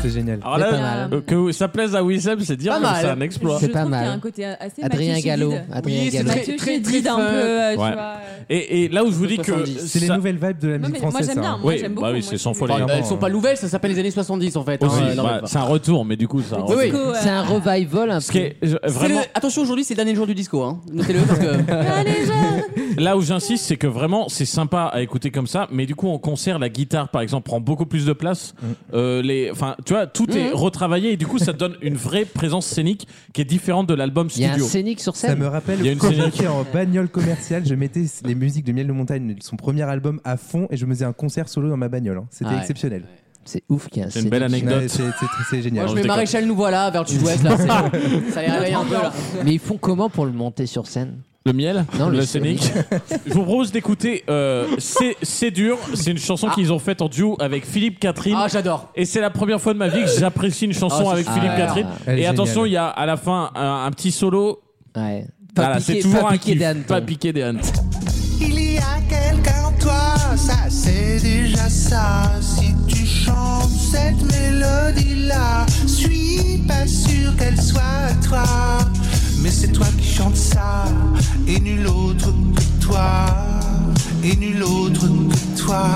H: C'est génial.
D: Alors
J: C'est
D: là,
J: pas mal.
D: euh, que vous- ça plaise à Wissem, c'est dire
C: Pas
D: que
C: mal.
D: c'est un exploit.
J: C'est
F: Je
J: pas
F: trouve
J: mal.
F: qu'il y a un côté assez
J: Adrien
F: Mathieu
J: Gallo.
F: Chédid.
G: Ah,
J: Adrien
C: Oui, c'est
J: Gallo.
C: très-
F: Mathieu
C: très,
F: Chédid,
C: très
F: un peu, euh, tu
D: Ouais.
F: vois. euh.
D: Et, et là où je vous dis que.
C: 70.
H: C'est les
D: ça-
H: nouvelles vibes de la
F: Non,
H: musique
F: mais moi,
H: française.
F: j'aime
H: ça,
F: bien.
H: hein.
F: Moi,
D: Oui,
F: j'aime
D: bah
F: beaucoup.
D: oui,
F: moi,
D: c'est sans
F: Chédid.
D: folie.
C: Enfin,
H: Clairement,
C: elles sont pas
H: hein.
C: nouvelles, ça s'appelle les années 70 en fait. hein,
D: Aussi, bah,
C: euh, dans le
D: voilà,
C: rap.
D: Oh, c'est un retour, mais du coup, ça.
C: Oui, oui.
F: Disco, euh,
E: C'est un revival un peu.
D: Ce qui est, je-
C: C'est
D: vraiment,
C: le- Attention, aujourd'hui c'est le dernier jour du disco. Hein. Notez-le parce que.
F: Allez, jeunes
D: là où j'insiste, c'est que vraiment, c'est sympa à écouter comme ça, mais du coup, en concert, la guitare, par exemple, prend beaucoup plus de place. Euh, les, enfin, tu vois, tout est
C: Mhm.
D: retravaillé et du coup, ça donne une vraie présence scénique qui est différente de l'album
E: Il y a un
D: studio.
E: scénic sur
H: Ça
E: scène.
D: Il
H: me
D: y a une
H: rappelle quand
D: scénique.
H: j'étais en bagnole commerciale, je mettais les musiques de Miel de Montagne, son premier album à fond, et je me faisais un concert solo dans ma bagnole. hein. C'était
C: Ah ouais.
H: exceptionnel.
E: C'est ouf qu'il y a un
D: C'est une belle
E: scénic.
D: anecdote.
H: Ouais, c'est- c'est- C'est
C: Moi
H: génial.
C: je
D: je
C: mets
D: déconne.
C: Maréchal nous voilà vers l'ouest là. c'est bon. Ça les réveille un peu là.
E: Mais ils font comment pour le monter sur scène
D: Le miel
E: Non,
D: le,
E: le
D: scénic. Je vous propose d'écouter euh, C'est C'est dur. C'est une chanson qu'ils ont faite en duo avec Philippe Catherine.
C: Ah j'adore.
D: Et c'est la première fois de ma vie que j'apprécie une chanson
C: Ah, c'est
D: avec
C: super.
D: Philippe
E: Ah,
D: Catherine.
H: elle est
D: Et attention,
H: géniale.
D: il y a à la fin un, un petit solo.
E: Ouais.
D: Voilà,
E: piquer-
D: c'est toujours
E: pas
D: un
E: piquer
D: kiff.
E: des hannetons.
D: Pas piquer des hannetons.
K: Il y a quelqu'un en toi, ça c'est déjà ça. Si tu chantes cette mélodie-là, suis pas sûr qu'elle soit à toi. Mais c'est toi qui chantes ça, et nul autre que toi, et nul autre que toi.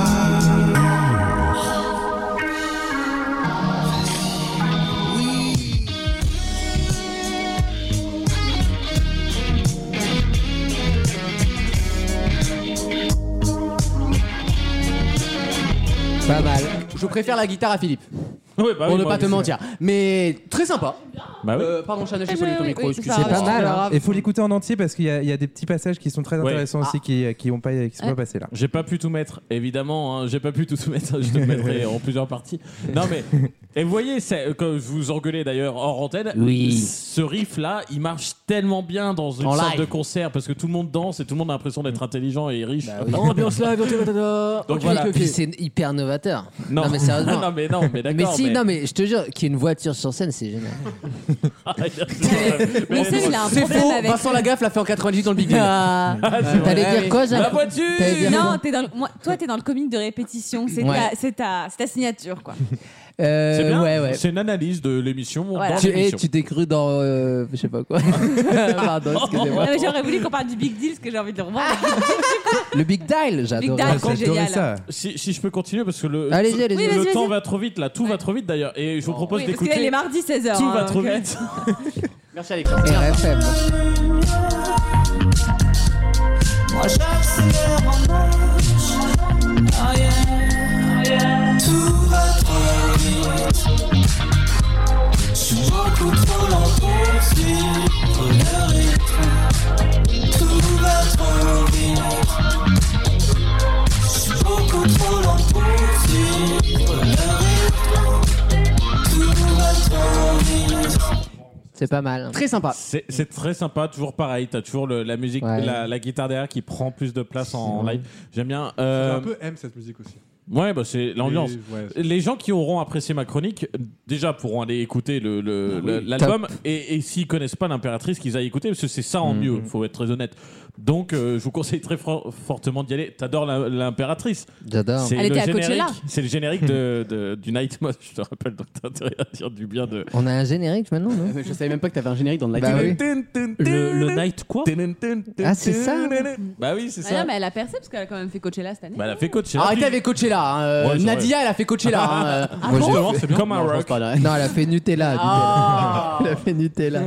C: préfère la guitare à Philippe.
D: bah
C: pour
D: oui,
C: ne
D: moi
C: pas te
D: aussi.
C: mentir. Mais très sympa.
D: Bah oui.
C: Euh, pardon, Chanel, j'ai volé ton micro, excuse-moi.
H: Eh C'est pas
F: hein.
H: mal. hein. Il faut l'écouter en entier parce qu'il y, a- il y a des petits passages qui sont très
D: Ouais.
H: intéressants
F: Ah.
H: aussi qui qui ont pas qui sont pas passés là.
D: J'ai pas pu tout mettre, évidemment. hein, J'ai pas pu tout mettre. Je te le mettrai en plusieurs parties. Non, mais. Et vous voyez, c'est- euh, quand je vous engueulez d'ailleurs hors antenne,
E: Oui.
D: ce riff-là, il marche tellement bien dans une
C: En
D: salle
C: live.
D: de concert parce que tout le monde danse et tout le monde a l'impression d'être
E: Mm.
D: intelligent et riche.
E: Bah
D: Oh,
C: Ambiance live, Donc
D: Donc voilà.
E: Puis c'est hyper novateur.
D: Non.
E: mais sérieusement.
D: Non, mais non, mais d'accord,
E: si,
D: mais-
E: non, mais je te jure, qu'il y ait une voiture sur scène, c'est génial.
F: Mais c'est- il a un
C: C'est
F: problème
C: faux,
F: avec-
C: Vincent Lagaffe l'a fait en 98 dans le Big Bang.
D: Ah.
E: T'allais dire quoi, Jacques T'allais dire
F: Non,
E: quoi
F: t'es dans le- moi- toi, t'es dans le comique de répétition. C'est
E: Ouais.
F: ta, c'est ta- c'est ta signature, quoi.
E: Euh,
D: C'est bien.
E: ouais, ouais.
D: C'est une analyse de l'émission.
F: Voilà.
D: dans
E: Tu, eh,
D: l'émission.
E: tu t'es cru dans. euh, je sais pas quoi. Pardon, excusez-moi.
F: Non, mais J'aurais voulu qu'on parle du Big Deal, parce que j'ai envie de le revoir.
E: Le Big Dial, j'adore.
F: Dial, Ah, c'est génial. hein.
D: Si, si je peux continuer, parce que le,
E: Allez-y, allez-y.
F: Oui,
D: le
F: vas-y,
D: temps
F: vas-y.
D: va trop vite, là. Tout va trop vite, d'ailleurs. Et je vous propose
F: Oui, parce que
D: d'écouter...
F: là, il est mardi 16h.
D: Tout va trop vite.
C: Merci Alexandre.
E: RFM.
K: Moi j'accélère en marche. Oh yeah, Tout va trop vite. Je suis beaucoup trop lent pour suivre le rythme. Tout va trop vite. Je suis beaucoup trop lent pour suivre le rythme. Tout va trop vite.
E: C'est pas mal. hein.
C: Très sympa.
D: C'est c'est très sympa, toujours pareil. T'as toujours le- la musique,
E: Ouais.
D: la, la guitare derrière qui prend plus de place en, en
E: vrai.
D: live. J'aime bien.
I: J'ai
D: euh,
I: un peu aime cette musique aussi.
D: Ouais, bah c'est l'ambiance.
I: Et- ouais.
D: Les gens qui auront apprécié ma chronique, euh, déjà pourront aller écouter l'album le,
G: Ah
D: le- l'album et, et s'ils connaissent pas l'impératrice, qu'ils aillent écouter parce que c'est ça
G: Mm.
D: en mieux, faut être très honnête. Donc euh, je vous conseille très fran- fortement d'y aller. T'adores la- l'impératrice.
G: Ah.
E: J'adore.
D: C'est
F: Elle
D: le
F: était à
D: générique.
F: Coachella.
D: C'est le générique
G: Mm.
D: de, de- du Night Mode, je te rappelle, donc t'as intérêt à dire du bien de.
E: On a un générique maintenant, non
C: Euh, Je savais même pas que t'avais un générique dans le live.
E: Bah oui.
G: Le, le night quoi
E: Ah, c'est ça
D: Bah oui, c'est
F: Ah non,
D: ça.
F: mais elle a percé, parce qu'elle a quand même fait Coachella cette année.
D: Bah elle a fait Coachella.
C: Arrêtez avec Coachella. hein. Euh,
D: Ouais, c'est
C: Nadia, elle a fait Coachella. hein. Euh,
E: Moi, j'ai-
D: Comme un
C: non, je pense
D: rock.
C: pas, là.
E: Non, elle a fait Nutella. Nutella.
C: Ah.
E: elle a fait Nutella.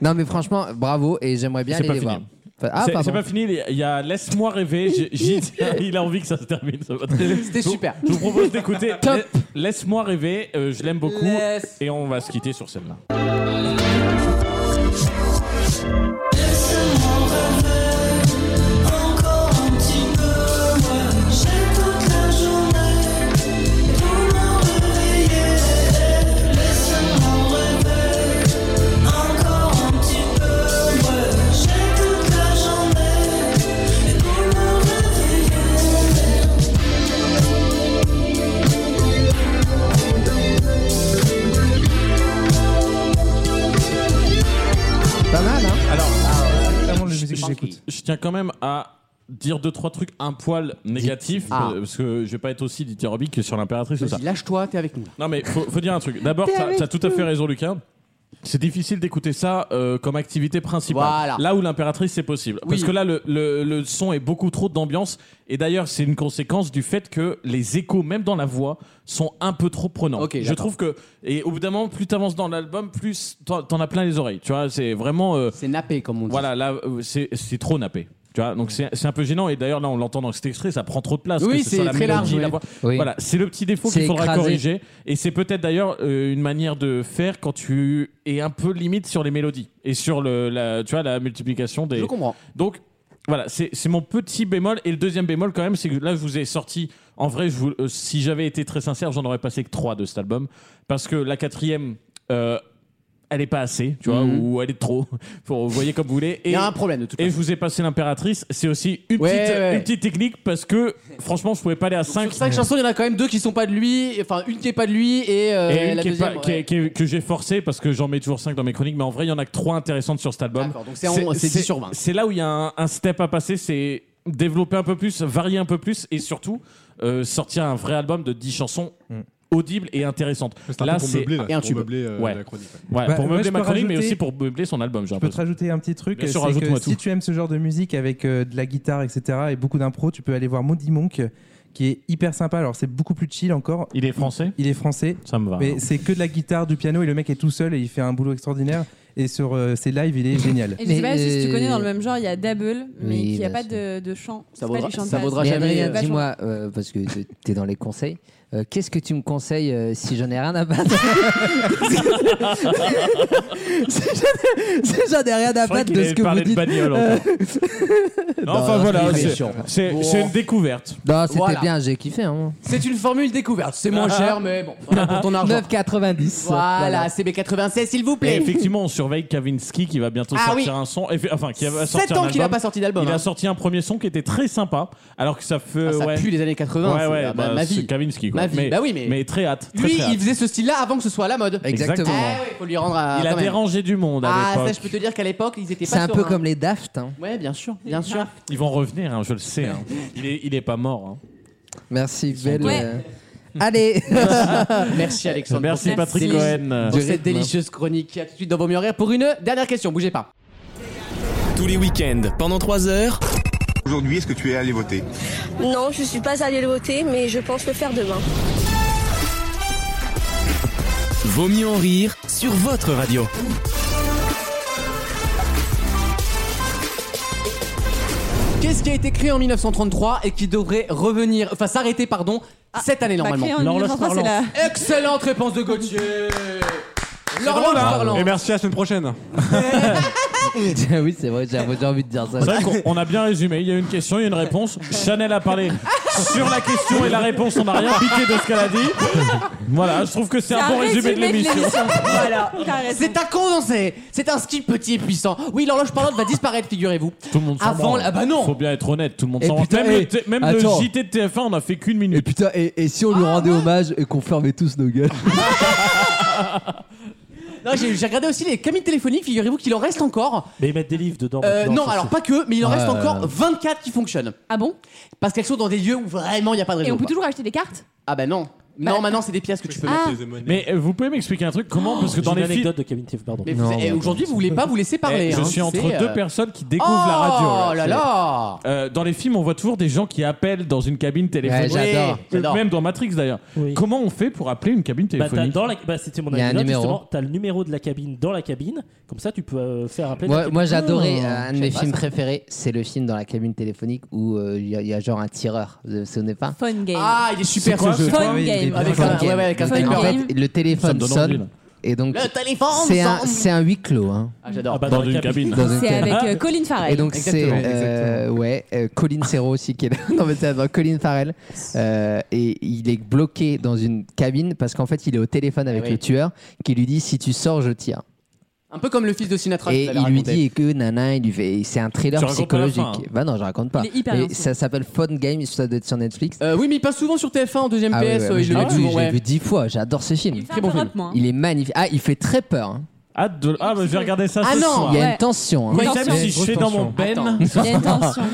E: non, mais franchement, bravo et j'aimerais bien
D: C'est
E: aller
D: pas
E: les
D: fini.
E: voir. Enfin, Ah,
D: C'est-
E: pardon.
D: c'est pas fini, il y a Laisse-moi rêver, j'ai- j'ai- il a envie que ça se termine. ça va très vite.
C: C'était super.
D: Je vous propose d'écouter La- Laisse-moi rêver, euh, je l'aime beaucoup
C: Laisse-
D: et on va se quitter sur celle-là.
K: Laisse-moi rêver encore un petit peu. Moi, j'ai toute la journée pour me réveiller. Laisse-moi rêver encore un petit peu. Moi, j'ai toute la journée pour me réveiller.
E: Pas mal, hein
D: Alors,
H: C'est vraiment la musique que j'écoute.
D: je tiens quand même à dire deux trois trucs un poil négatif
C: Ah.
D: parce que je vais pas être aussi dithyrambique que sur l'impératrice ou ça.
C: Vas-y, Lâche-toi, t'es avec nous.
D: Non mais faut, faut dire un truc. D'abord, t'as t'as tout à fait raison, Lucas. C'est difficile d'écouter ça euh, comme activité principale.
C: Voilà.
D: Là où l'impératrice c'est possible, parce
C: Oui.
D: que là le, le- le son est beaucoup trop d'ambiance. Et d'ailleurs, c'est une conséquence du fait que les échos, même dans la voix, sont un peu trop prenants.
C: Ok,
D: Je
C: d'accord.
D: trouve que et au bout d'un moment, plus t'avances dans l'album, plus t'en t'en as plein les oreilles. Tu vois, c'est vraiment euh,
C: C'est nappé, comme on dit.
D: voilà là euh, c'est c'est trop nappé. Tu vois, donc c'est c'est un peu gênant. Et d'ailleurs là, on l'entend dans cet extrait, ça prend trop de place.
C: Oui,
D: que ce
C: c'est
D: soit la
C: très large,
D: mélodie, la
C: oui.
D: voix.
E: Oui.
D: Voilà, c'est le petit défaut
E: C'est
D: qu'il faudra
E: écrasé.
D: corriger. Et c'est peut-être d'ailleurs euh, une manière de faire quand tu es un peu limite sur les mélodies et sur le, la, tu vois, la multiplication des.
C: Je comprends.
D: Donc voilà, c'est c'est mon petit bémol. Et le deuxième bémol, quand même, c'est que là, je vous ai sorti. En vrai, je vous- euh, si j'avais été très sincère, j'en aurais passé que trois de cet album. Parce que la quatrième. euh, elle est pas assez, tu vois,
C: Mhm.
D: ou elle est trop. Faut, vous voyez comme vous voulez.
C: Il
D: Et,
C: y a un problème de toute
D: et je
C: façon.
D: vous ai passé l'impératrice. C'est aussi une,
C: Ouais,
D: petite,
C: ouais.
D: une petite technique parce que franchement, je pouvais pas aller à 5
C: Sur cinq chansons, il y en a quand même deux qui sont pas de lui, enfin une qui est pas de lui et, euh,
D: et une
C: la
D: qui est
C: deuxième.
D: pas- qui est-
C: ouais.
D: qui est- que j'ai forcé parce que j'en mets toujours 5 dans mes chroniques, mais en vrai, il y en a que 3 intéressantes sur cet album.
C: D'accord, donc c'est en- c'est 10 sur 20.
D: C'est là où il y a un, un step à passer, c'est développer un peu plus, varier un peu plus et surtout euh, sortir un vrai album de 10 chansons audibles et intéressantes.
I: C'est un
D: là,
I: peu pour
D: c'est
I: meubler, là,
C: et un
I: pour
C: tube.
I: meubler, euh,
D: Ouais.
I: la chronique. ouais.
D: ouais,
H: Bah,
D: pour
H: moi,
D: meubler
H: je
D: ma
H: peux
D: chronique, mais
H: rajouter-
D: aussi pour meubler son album, j'ai
H: Je peux te
D: l'impression.
H: rajouter un petit truc.
D: Bien
H: c'est
D: sûr,
H: que
D: rajoute-moi
H: si
D: tout.
H: tu aimes ce genre de musique avec euh, de la guitare, etc., et beaucoup d'impro, tu peux aller voir Moody Monk, qui est hyper sympa. Alors, c'est beaucoup plus chill encore.
D: Il est français
H: Il est français,
D: Ça me va.
H: mais c'est que de la guitare, du piano, et le mec est tout seul et il fait un boulot extraordinaire. Et et sur euh, ses lives, il est génial.
F: Et je sais pas si tu connais dans le même genre, il y a Double, mais
H: Oui,
F: qui n'a pas
H: bien
F: de, de chant. C'est
C: Ça
F: pas
C: vaudra-
F: du chant de
C: ça
F: base.
C: vaudra
F: Mais
C: jamais,
F: Adrien,
C: euh,
F: vachement.
E: Dis-moi, euh, parce que t- t'es dans les conseils, euh, qu'est-ce que tu me conseilles euh, si j'en ai rien à battre Si j'en ai- Si j'en ai rien à battre de ce que vous dites. Euh,
D: Non,
E: Non,
D: enfin
E: non,
D: voilà,
E: c'est
D: c'est-
E: chiant.
D: c'est
C: Bon.
D: c'est une découverte.
E: Non, Bah, c'était
C: Voilà.
E: bien, j'ai kiffé. Hein.
C: C'est une formule découverte. C'est moins cher, mais bon, voilà pour ton argent.
E: 9,90.
C: ah. Voilà, CB96, s'il vous
D: Et
C: plaît.
D: effectivement, on surveille Kavinsky qui va bientôt
C: Ah
D: sortir
C: oui.
D: un son. eff- Enfin, qui va
C: Sept
D: sortir un
C: ans qu'il
D: album.
C: n'a pas sorti d'album.
D: Il
C: hein.
D: a sorti un premier son qui était très sympa, alors que ça fait.
C: Ah, ça
D: ouais.
C: pue les années 80,
D: Ouais,
C: c'est-
D: ouais,
C: ah,
D: bah,
C: bah, ma
D: c'est
C: vie.
D: Kavinsky, quoi.
C: Ma vie,
D: Mais,
C: bah oui, mais-
D: très hâte. Très,
C: Lui,
D: très hâte.
C: il faisait ce style-là avant que ce soit à la mode.
D: Exactement.
C: Ah ouais, faut lui rendre à.
D: Il a
C: quand même.
D: dérangé du monde à
C: Ah, ça,
D: l'époque.
C: je peux te dire qu'à l'époque, ils étaient pas
E: C'est un peu
C: sereins.
E: comme les Daft. hein.
C: Ouais, bien sûr, bien sûr.
D: Ils vont revenir, hein, je le sais. hein. Il, est, il est pas mort. hein.
E: Merci, belle.
D: deux.
E: euh, Allez
C: Merci Alexandre.
D: Merci,
C: pour cette
D: Patrick
C: déli-
D: Cohen.
C: Pour
D: Du
C: cette
D: rythme.
C: délicieuse chronique. À tout de suite dans Vaut mieux rire pour une dernière question. Bougez pas.
A: Tous les week-ends, pendant 3 heures.
K: Aujourd'hui, est-ce que tu es allé voter
L: Non, je suis pas allée le voter, mais je pense le faire demain.
A: Vaut mieux en rire sur votre radio.
C: Qu'est-ce qui a été créé en 1933 et qui devrait revenir, enfin s'arrêter, pardon,
E: Ah,
C: cette année
E: bah,
F: pas créé
C: normalement
F: en L'horloge 1933, parlante.
C: Excellente réponse de Gauthier.
I: drôle,
C: L'horloge
I: hein.
C: parlante.
D: Ah, eh ben,
I: Et merci à la semaine prochaine.
E: Tiens, oui, c'est vrai, j'ai j'ai envie de dire ça.
D: C'est vrai qu'on on a bien résumé. Il y a une question, il y a une réponse. Chanel a parlé sur la question et la réponse. On n'a rien piqué de ce qu'elle a dit. Voilà, je trouve que c'est un bon résumé de l'émission.
C: voilà. C'est un condensé. C'est un ski petit et puissant. Oui, l'horloge parlante va disparaître, figurez-vous.
D: Tout le monde s'en
C: Avant,
D: branle.
C: la- ah bah non.
D: Faut bien être honnête, tout le monde
E: Et
D: s'en branle.
E: putain,
D: Même,
E: et-
D: le, t- même le
E: attends.
D: JT de TF1, on a fait qu'une minute.
E: Putain, et, et si on lui rendait hommage et qu'on fermait tous nos gueules
C: Non, j'ai j'ai regardé aussi les cabines téléphoniques, figurez-vous qu'il en reste encore.
M: Mais ils mettent des livres dedans.
C: Euh,
M: maintenant,
C: non,
M: ça,
C: alors
M: c'est-
C: pas que, mais il en reste
M: Ouais.
C: encore 24 qui fonctionnent.
F: Ah bon
C: Parce qu'elles sont dans des lieux où vraiment il n'y a pas de
F: Et
C: réseau.
F: on peut
C: quoi.
F: toujours acheter des cartes
C: Ah bah non. Non, maintenant c'est des pièces que tu peux
F: Ah.
C: mettre.
D: Mais euh, vous pouvez m'expliquer un truc comment Parce que
M: J'ai
D: dans les
M: une
D: films.
M: anecdote de Kevin Tiff, pardon.
C: Mais vous- eh, aujourd'hui, vous voulez pas vous laisser
E: Ah,
C: parler.
D: Eh, je
C: hein,
D: suis entre
C: c'est,
D: deux
C: euh,
D: personnes qui découvrent
C: Oh
D: la radio.
C: là
D: C'est-
C: là
D: Euh, dans les films, on voit toujours des gens qui appellent dans une cabine téléphonique.
C: Ouais, j'adore,
D: Oui,
C: j'adore.
D: Eh, Même dans Matrix d'ailleurs. Comment on fait pour appeler une cabine
M: Bah, t'as
D: téléphonique
M: dans la- bah, c'était mon
D: Il y a un
M: anecdote
D: numéro.
M: justement. T'as le numéro de la cabine dans la cabine. Comme ça, tu peux euh, faire appeler.
E: Moi, moi,
D: hein.
E: j'adorais euh, un de mes films
M: films
E: préférés, c'est le film dans la cabine téléphonique où euh, il y, a- il y a genre un tireur. Vous vous souvenez pas
F: Fun game.
C: Ah, il est super ce jeu.
E: Ah oui, il est
C: Game.
E: bien.
C: Avec
E: Fun
C: un-
E: Game.
C: ouais, ouais, avec un
E: En
C: sniper.
E: fait,
C: Game.
E: le
C: Ça me
E: téléphone
C: donne envie, là.
E: sonne. Et donc,
C: Le téléphone
E: c'est un,
C: sonne.
E: c'est un huis clos. hein.
C: Ah, j'adore.
M: bah,
E: Dans une cabine. Dans une
F: C'est
E: cabine.
F: avec euh, Colin Farrell.
E: Et donc c'est
C: Exactement.
E: euh, ouais euh, Colin Serrault aussi qui est là. Non mais c'est attends, Colin Farrell Euh, et il est bloqué dans une cabine parce qu'en fait il est au téléphone avec
C: Ah oui.
E: le tueur qui lui dit si tu sors je tire.
C: Un peu comme le fils de Sinatra.
E: Et
C: que vous
E: il
C: avez
E: lui
C: raconté.
E: dit et que nana il lui fait et c'est un
C: Tu
E: thriller
C: racontes pas la
E: psychologique.
C: fin, hein.
E: Bah non je raconte pas.
C: Il est hyper
E: Et
C: bien,
E: ça s'appelle Phone Game ça doit être sur Netflix.
C: Euh, oui, mais il passe souvent sur TF1 en deuxième
E: Ah ouais,
C: PS.
E: ouais,
C: euh,
E: moi,
C: il
E: je
C: le
E: l'ai
C: met
E: vu,
C: souvent,
E: je l'ai
C: ouais.
E: vu dix fois j'adore ce film.
C: Très bon film.
F: hein.
E: Il est magnifique ah il fait très peur. hein.
D: Hâte de- Ah, bah, je vais regarder ça
E: Ah
D: ce
E: non,
D: soir.
E: il y a une tension, hein.
D: Moi,
E: Une
D: même
E: tension.
D: si je fais dans mon
C: Attends.
D: ben.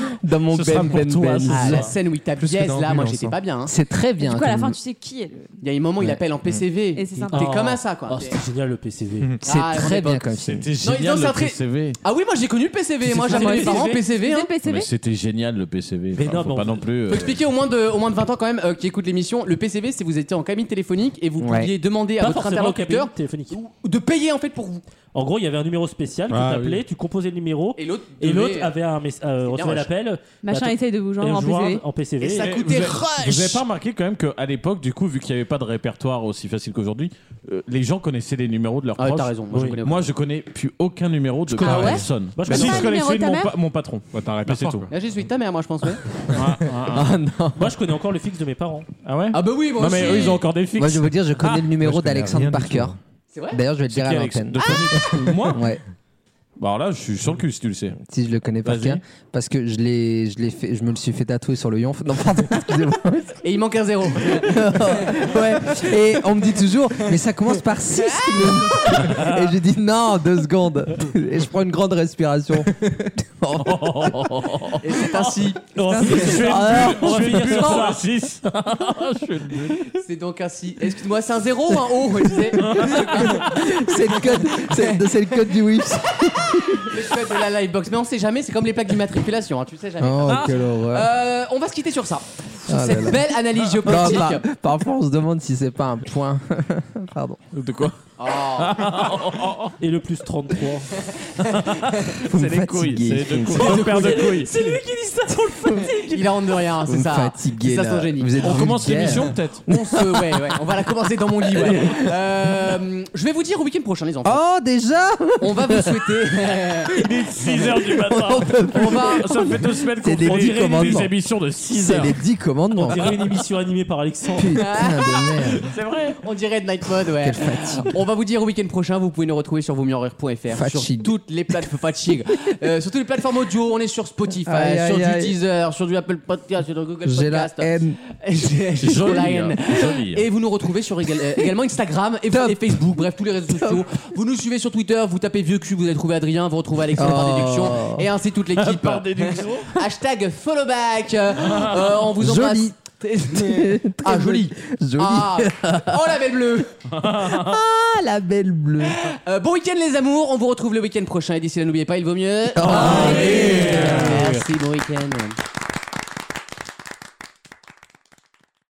E: Dans mon
D: Ce sera
E: ben
D: pour
E: ben
D: toi,
E: ben.
D: ce
C: Ah, la
D: soir.
C: scène où il tape
E: Plus que
C: yes,
E: dans
C: là, moi
E: Ambulance,
C: j'étais
E: hein.
C: pas bien. hein.
E: C'est très
F: Ah. Et
E: bien.
F: Du coup, à la
E: comme-
F: fin, tu sais qui est le.
C: Il y a un moment où il
E: Ouais.
C: appelle en PCV.
F: Et c'est sympa.
C: T'es
M: Ah. Oh.
C: comme à ça, quoi.
M: Oh, c'était génial le PCV.
E: C'est
C: Ah,
E: très
C: bon,
E: bien comme film.
D: C'était
C: Non, ils ont
D: génial le
C: sorti-
D: PCV.
C: Ah oui, moi j'ai connu le PCV. Moi j'avais mes parents PCV. hein.
D: Mais c'était génial le PCV.
M: Mais
D: Enfin,
M: non,
D: faut
M: mais on-
D: pas non plus. euh,
C: Faut expliquer aux moins, de, au moins de 20 ans quand même euh, qui écoutent l'émission, le PCV c'est vous étiez en cabine téléphonique et vous
E: Ouais.
C: pouviez demander à
M: Pas
C: votre
M: forcément
C: interlocuteur
M: cabine téléphonique.
C: de payer en fait pour vous.
M: En gros, il y avait un numéro spécial que
I: Ah,
M: t'appelais, tu composais le numéro.
C: Et l'autre
M: Oh. Et
C: devait-
M: l'autre avait un mess- euh, recevait
C: moche.
M: l'appel.
F: Machin
M: Bah,
F: essaye de vous
M: et
F: joindre en
M: joindre
F: PCV.
M: en PCV.
C: Et ça
D: Et
C: coûtait
D: vous avez- Vous
C: rush
D: avez Ah, pas remarqué quand même qu'à l'époque, du coup, vu qu'il n'y avait pas de répertoire aussi facile qu'aujourd'hui, euh, les gens connaissaient les numéros de leurs
C: Ah,
D: proches.
C: t'as raison, moi, je connais aucun.
D: moi je connais plus aucun numéro de
F: connais rien.
D: personne.
M: Moi, je connais
D: Bah, si,
F: pas
D: je
F: le
D: connais
F: numéro
D: celui
F: de
D: de
F: ta
D: mon,
F: mère.
D: pa- mon patron.
I: Ouais, t'as un
D: Mais c'est
I: répertoire,
D: tout.
I: quoi.
C: Là j'ai suis ta mère moi je pense ouais.
D: Ah, ah, ah.
E: Ah non.
M: Moi, je connais encore le fixe de mes parents.
D: Ah ouais
C: Ah bah oui moi
D: Non, mais eux, ils ont encore des
E: Moi,
D: fixes.
E: je veux dire, je connais
D: Ah,
E: le numéro
H: moi, je connais
E: d'Alexandre
H: rien du
E: Parker.
H: tout.
C: C'est vrai
E: D'ailleurs, je vais le
D: C'est
E: dire à
D: qui, Alex
E: l'antenne.
D: De famille Moi
E: Ouais,
D: Bah, alors là, je suis sur le cul si tu le sais.
E: si je le connais par
D: Vas-y.
E: cœur, parce que je l'ai, je l'ai fait, je me le suis fait tatouer sur le yonf. Non, pardon, excusez-moi.
C: Et il manque un zéro.
E: ouais. Et on me dit toujours, mais ça commence par 6 Et je dis non, deux secondes. Et je prends une grande respiration.
C: Et c'est ainsi.
M: On va finir sur-
E: Ah,
M: on va
D: Je
M: finir sur ça.
D: suis sur la 6.
C: C'est donc ainsi. Excuse-moi c'est un zéro ou un O je disais.
E: c'est le code, c'est, c'est le code du Wips.
C: Le code de
F: Ah.
D: Oh,
C: la livebox. Mais on sait jamais c'est comme les plaques d'immatriculation hein, tu sais jamais.
E: Oh, quelle horreur.
C: Euh, on va se quitter sur ça.
E: Ah,
C: sur cette belle analyse géopolitique.
E: Non, par- parfois, on se demande si c'est pas un point. Pardon.
D: De quoi
G: Et le plus 33.
E: Vous me fatiguez.
D: Deux paires de couilles.
F: C'est lui qui dit ça, on le fatigue.
C: Il a honte de rien,
E: Vous
C: c'est
E: me
C: ça.
E: fatiguez,
C: C'est ça son
E: là.
C: génie.
E: Vous êtes On commence vulgaire. l'émission,
D: peut-être
C: On se- ouais, ouais, on va la commencer dans mon lit. ouais. Euh, je vais vous dire au week-end prochain, les
D: Ah.
C: enfants.
E: Oh, déjà
C: On va vous souhaiter.
D: Il est 6h du matin.
C: On va-
D: Ça fait deux semaines qu'on
E: C'est des
D: on dirait
E: commandements.
D: des émissions de 6
E: C'est
D: heures.
E: les 10 commandements.
G: On dirait une émission animée par Alexandre.
E: Putain de merde.
C: C'est vrai, on dirait de Night Mode, ouais. On va vous dire au week-end prochain, vous pouvez nous retrouver sur vousmieuxenrire.fr, sur
E: Fatigue.
C: toutes les plateformes fatigue, Euh, sur toutes les plateformes audio, on est sur Spotify,
E: Aïe, aïe,
C: sur
E: aïe.
C: du Deezer, sur du Apple Podcast, sur du Google
E: J'ai la
C: Podcast.
E: haine.
C: J'ai j'ai
D: Joli,
C: la
D: hein,
C: haine.
D: joli, hein.
C: Et vous nous retrouvez sur égal- euh, également Instagram et, et Facebook, bref, tous les réseaux sociaux. Vous nous suivez sur Twitter, vous tapez vieux cul, vous allez trouver Adrien, vous retrouvez Alexandre par
E: Oh.
C: déduction, et ainsi toute l'équipe.
D: Par déduction.
C: Hashtag followback. Euh, on vous embrasse.
E: Joli.
C: Ah, joli.
E: Joli.
C: Ah, oh la belle bleue.
E: Ah, la belle bleue.
C: Euh, bon week-end les amours, on vous retrouve le week-end prochain et d'ici là n'oubliez pas, il vaut mieux. Merci, bon week-end.